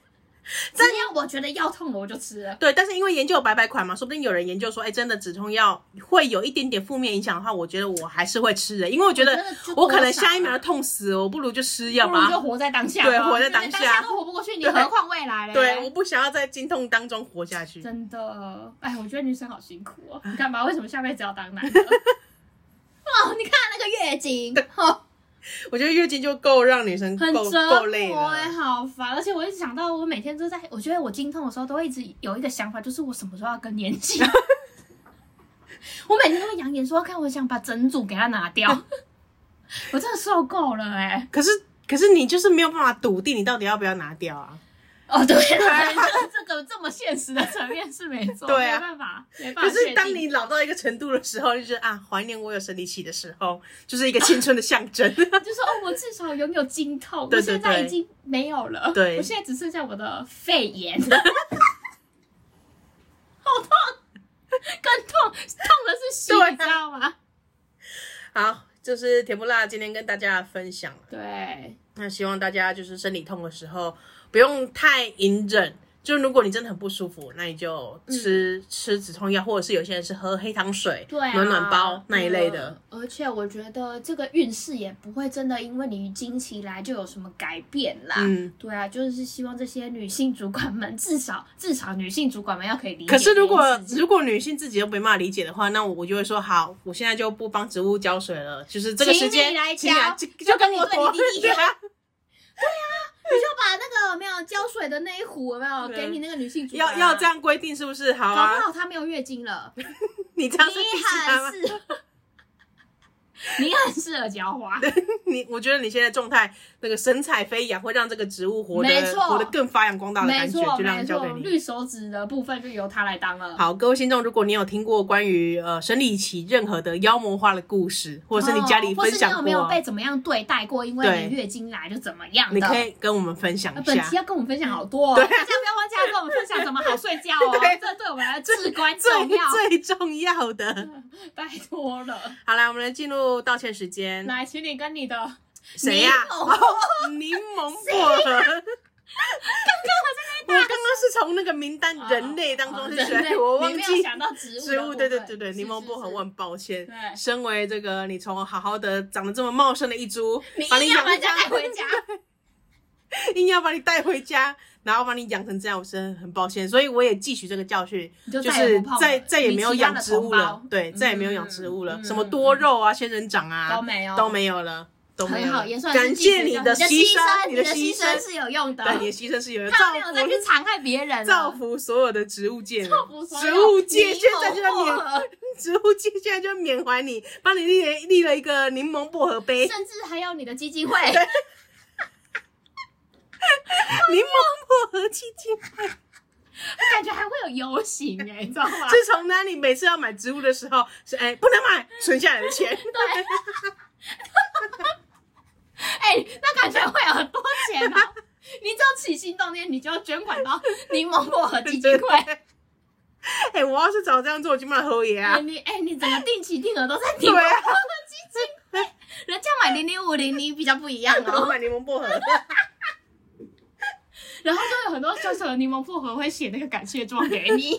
Speaker 1: 只要我觉得腰痛了，我就吃了。
Speaker 2: 对，但是因为研究有百百款嘛，说不定有人研究说，哎，真的止痛药会有一点点负面影响的话，我觉得我还是会吃的，因为我觉
Speaker 1: 我
Speaker 2: 得
Speaker 1: 觉得就
Speaker 2: 我可能
Speaker 1: 多少啊
Speaker 2: 下一秒就痛死了，我不如就吃
Speaker 1: 不
Speaker 2: 药
Speaker 1: 如就
Speaker 2: 吧。
Speaker 1: 活在当下吧，
Speaker 2: 对活在
Speaker 1: 因为
Speaker 2: 当下
Speaker 1: 当下都活不过去，你
Speaker 2: 对
Speaker 1: 何况未来嘞？
Speaker 2: 对，我不想要在经痛当中活下去。
Speaker 1: 真的，哎，我觉得女生好辛苦哦。你看吧，为什么下辈子要当男
Speaker 2: (laughs)
Speaker 1: 的？哦，你看那个月经，哦
Speaker 2: 我觉得月经就够让女生
Speaker 1: 很
Speaker 2: 够
Speaker 1: 折
Speaker 2: 够累
Speaker 1: 磨哎、
Speaker 2: 了。
Speaker 1: 好烦！而且我一直想到，我每天都在，我觉得我经痛的时候，都会一直有一个想法，就是我什么时候要更年
Speaker 2: (laughs)
Speaker 1: 期。我每天都会扬言说，看我想把整组给它拿掉。 (laughs) 我真的受够了哎、
Speaker 2: 可是可是你就是没有办法笃定你到底要不要拿掉啊。
Speaker 1: 哦， (laughs) 对了，就是这个这么现实的层面是没错，
Speaker 2: 对啊
Speaker 1: 没办法，没办
Speaker 2: 可
Speaker 1: 法。
Speaker 2: 是当你老到一个程度的时候，就是啊，怀念我有生理期的时候， (laughs) 就是一个青春的象征。 (laughs)
Speaker 1: 就说哦，我至少拥有经痛，
Speaker 2: 对
Speaker 1: 我
Speaker 2: 对
Speaker 1: 现在
Speaker 2: 对
Speaker 1: 已经没有了，
Speaker 2: 对
Speaker 1: 我现在只剩下我的肺炎， (laughs) 好痛，更痛，痛的是心，
Speaker 2: 对啊
Speaker 1: 你知道吗？
Speaker 2: 好，就是甜不辣今天跟大家分享了，
Speaker 1: 对，
Speaker 2: 那希望大家就是生理痛的时候不用太隐忍。就如果你真的很不舒服，那你就吃、吃止痛药，或者是有些人是喝黑糖水、
Speaker 1: 嗯对、啊，
Speaker 2: 暖暖包那一类的。
Speaker 1: 呃。而且我觉得这个运势也不会真的因为你经期来就有什么改变啦。
Speaker 2: 嗯，
Speaker 1: 对啊，就是希望这些女性主管们至少至少女性主管们要可以理解
Speaker 2: 可
Speaker 1: 这件事
Speaker 2: 是
Speaker 1: 情。
Speaker 2: 如果如果女性自己都没办法理解的话，那我我就会说好，我现在就不帮植物浇水了，就是这个时
Speaker 1: 请
Speaker 2: 间
Speaker 1: 你来
Speaker 2: 请你来
Speaker 1: 浇
Speaker 2: 就
Speaker 1: 就
Speaker 2: 就
Speaker 1: 跟
Speaker 2: 跟
Speaker 1: 你
Speaker 2: 我
Speaker 1: 对
Speaker 2: 躲
Speaker 1: 你弟弟一
Speaker 2: 对
Speaker 1: 样
Speaker 2: 啊，
Speaker 1: 你就把那个有没有浇水的那一壶有没有
Speaker 2: 对
Speaker 1: 给你那个女性主管啊、
Speaker 2: 要要这样规定是不是？
Speaker 1: 搞
Speaker 2: 好
Speaker 1: 不
Speaker 2: 啊，
Speaker 1: 好她没有月经了。
Speaker 2: 你
Speaker 1: 你
Speaker 2: 这样是逼死他吗
Speaker 1: 很？适， (laughs) 你很适合浇花。
Speaker 2: (laughs) 你我觉得你现在状态那个神采飞扬，会让这个植物活
Speaker 1: 没
Speaker 2: 得
Speaker 1: 错
Speaker 2: 活得更发扬光大的
Speaker 1: 没
Speaker 2: 感觉，
Speaker 1: 错，
Speaker 2: 就让
Speaker 1: 没
Speaker 2: 交
Speaker 1: 错
Speaker 2: 给，你。
Speaker 1: 绿手指的部分就由他来当了。
Speaker 2: 好，各位听众，如果你有听过关于呃生理期任何的妖魔化的故事，或者是你家里
Speaker 1: 哦或
Speaker 2: 分
Speaker 1: 是
Speaker 2: 享
Speaker 1: 你
Speaker 2: 过，啊
Speaker 1: 有没有被怎么样对待过？因为
Speaker 2: 对
Speaker 1: 你月经来就怎么样的？
Speaker 2: 你可以跟我们分享
Speaker 1: 呃。
Speaker 2: 一
Speaker 1: 本
Speaker 2: 下
Speaker 1: 期。要跟我们分享好多、哦，
Speaker 2: 对
Speaker 1: 大家不要忘记要跟我们分享怎么好睡觉哦，
Speaker 2: (laughs) 对
Speaker 1: 这对我们来至关重
Speaker 2: 最 (laughs)
Speaker 1: 要。
Speaker 2: 最重要的，
Speaker 1: 拜托了，
Speaker 2: 好啦，我们来进入道歉时间。
Speaker 1: 来，请你跟你的
Speaker 2: 谁呀、
Speaker 1: 柠
Speaker 2: 哦
Speaker 1: 檬
Speaker 2: 柠檬薄荷。刚刚我刚刚是从那个名单 (laughs) 人类当中去
Speaker 1: 哦人类
Speaker 2: 选，我忘
Speaker 1: 你没有
Speaker 2: 记
Speaker 1: 想到植物的
Speaker 2: 植
Speaker 1: 部
Speaker 2: 物。
Speaker 1: 分
Speaker 2: 对对对对，
Speaker 1: 是
Speaker 2: 柠檬薄荷，
Speaker 1: 是
Speaker 2: 我很抱歉。
Speaker 1: 对
Speaker 2: 身为这个你从好好的长得这么茂盛的一株，
Speaker 1: 你
Speaker 2: 把
Speaker 1: 硬
Speaker 2: 养
Speaker 1: 要把人家带
Speaker 2: 成
Speaker 1: 回
Speaker 2: (laughs)
Speaker 1: 家，
Speaker 2: 硬要把你带回家，然后把你养成这样，我真的很抱歉。所以我也汲取这个教训，
Speaker 1: 你
Speaker 2: 就
Speaker 1: 再也
Speaker 2: 是
Speaker 1: 不碰了
Speaker 2: 再再也没有
Speaker 1: 你其他
Speaker 2: 养
Speaker 1: 的
Speaker 2: 植物
Speaker 1: 同胞
Speaker 2: 了，对，再也没有养植物了，
Speaker 1: 嗯
Speaker 2: 什么多肉啊、仙人掌
Speaker 1: 都
Speaker 2: 啊
Speaker 1: 没有，
Speaker 2: 都没有了，都没有
Speaker 1: 哦很
Speaker 2: 了。
Speaker 1: 好，也算是
Speaker 2: 感
Speaker 1: 继续
Speaker 2: 谢你
Speaker 1: 用
Speaker 2: 的
Speaker 1: 你的
Speaker 2: 牺
Speaker 1: 牲，
Speaker 2: 你
Speaker 1: 你
Speaker 2: 的
Speaker 1: 牺
Speaker 2: 牺
Speaker 1: 牲是有用的，
Speaker 2: 对，你的牺牲是有人
Speaker 1: 他
Speaker 2: 造
Speaker 1: 没有再去
Speaker 2: 福，
Speaker 1: 残害别人了，
Speaker 2: 造福所有的植物界了，
Speaker 1: 造福所有
Speaker 2: 植物界
Speaker 1: 你
Speaker 2: 现在就要
Speaker 1: 有
Speaker 2: 缅， (laughs)
Speaker 1: 货
Speaker 2: 植物界现在就要缅怀你，帮你立了立了一个柠檬薄荷杯，
Speaker 1: 甚至还有你的基金会，
Speaker 2: 柠檬薄荷基金。
Speaker 1: 感觉还会有游行哎、你知道
Speaker 2: (laughs)
Speaker 1: 吗？
Speaker 2: 自从呢，你每次要买植物的时候，是哎、不能买，存下来的
Speaker 1: (laughs)
Speaker 2: 钱。
Speaker 1: 对，哎、那感觉会有很多钱哦。你只要起心动念，你就要捐款到柠檬薄荷基金
Speaker 2: (laughs) 对
Speaker 1: 会。
Speaker 2: 哎、我要是早这样做，我就骂侯爷
Speaker 1: 哎、
Speaker 2: 啊。
Speaker 1: 你哎、你整个定期定额都在柠
Speaker 2: 对
Speaker 1: 檬
Speaker 2: 啊， (laughs)
Speaker 1: 薄荷基金会，人家买零零五零，你比较不一样
Speaker 2: (laughs) 我
Speaker 1: 哦。
Speaker 2: 买柠檬薄荷。
Speaker 1: 然后就有很多小小的柠檬薄荷会写那个感谢状给你。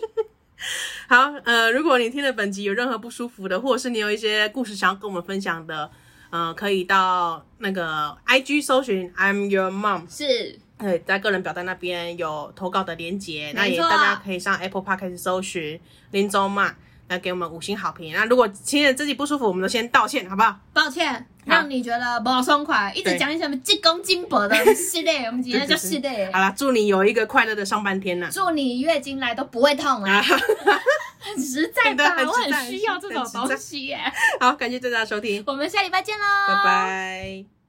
Speaker 2: 好，呃，如果你听了本集有任何不舒服的，或者是你有一些故事想要跟我们分享的，呃，可以到那个 I G 搜寻 I'm Your Mom，
Speaker 1: (laughs) 是，
Speaker 2: 对，在个人表单那边有投稿的连接，那也
Speaker 1: 没错
Speaker 2: 大家可以上 Apple Park 开始搜寻林州嘛，来给我们五星好评。那如果听了自己不舒服，我们都先道歉，好不好？
Speaker 1: 抱歉，让你觉得不松快，一直
Speaker 2: 对
Speaker 1: 讲一些什么“进攻金箔”的系列，我们今天就系列
Speaker 2: 好。啦，祝你有一个快乐的上半天 (laughs) 呐、
Speaker 1: 祝你月经来都不会痛
Speaker 2: 啊
Speaker 1: 啊！！很啊 (laughs) 实在
Speaker 2: 真的
Speaker 1: 吧？
Speaker 2: 很
Speaker 1: 我
Speaker 2: 实在
Speaker 1: 很需要这种
Speaker 2: 很实在
Speaker 1: 东西耶。 (laughs)
Speaker 2: 好，感谢大家的收听，
Speaker 1: 我们下礼拜见喽，
Speaker 2: 拜。拜。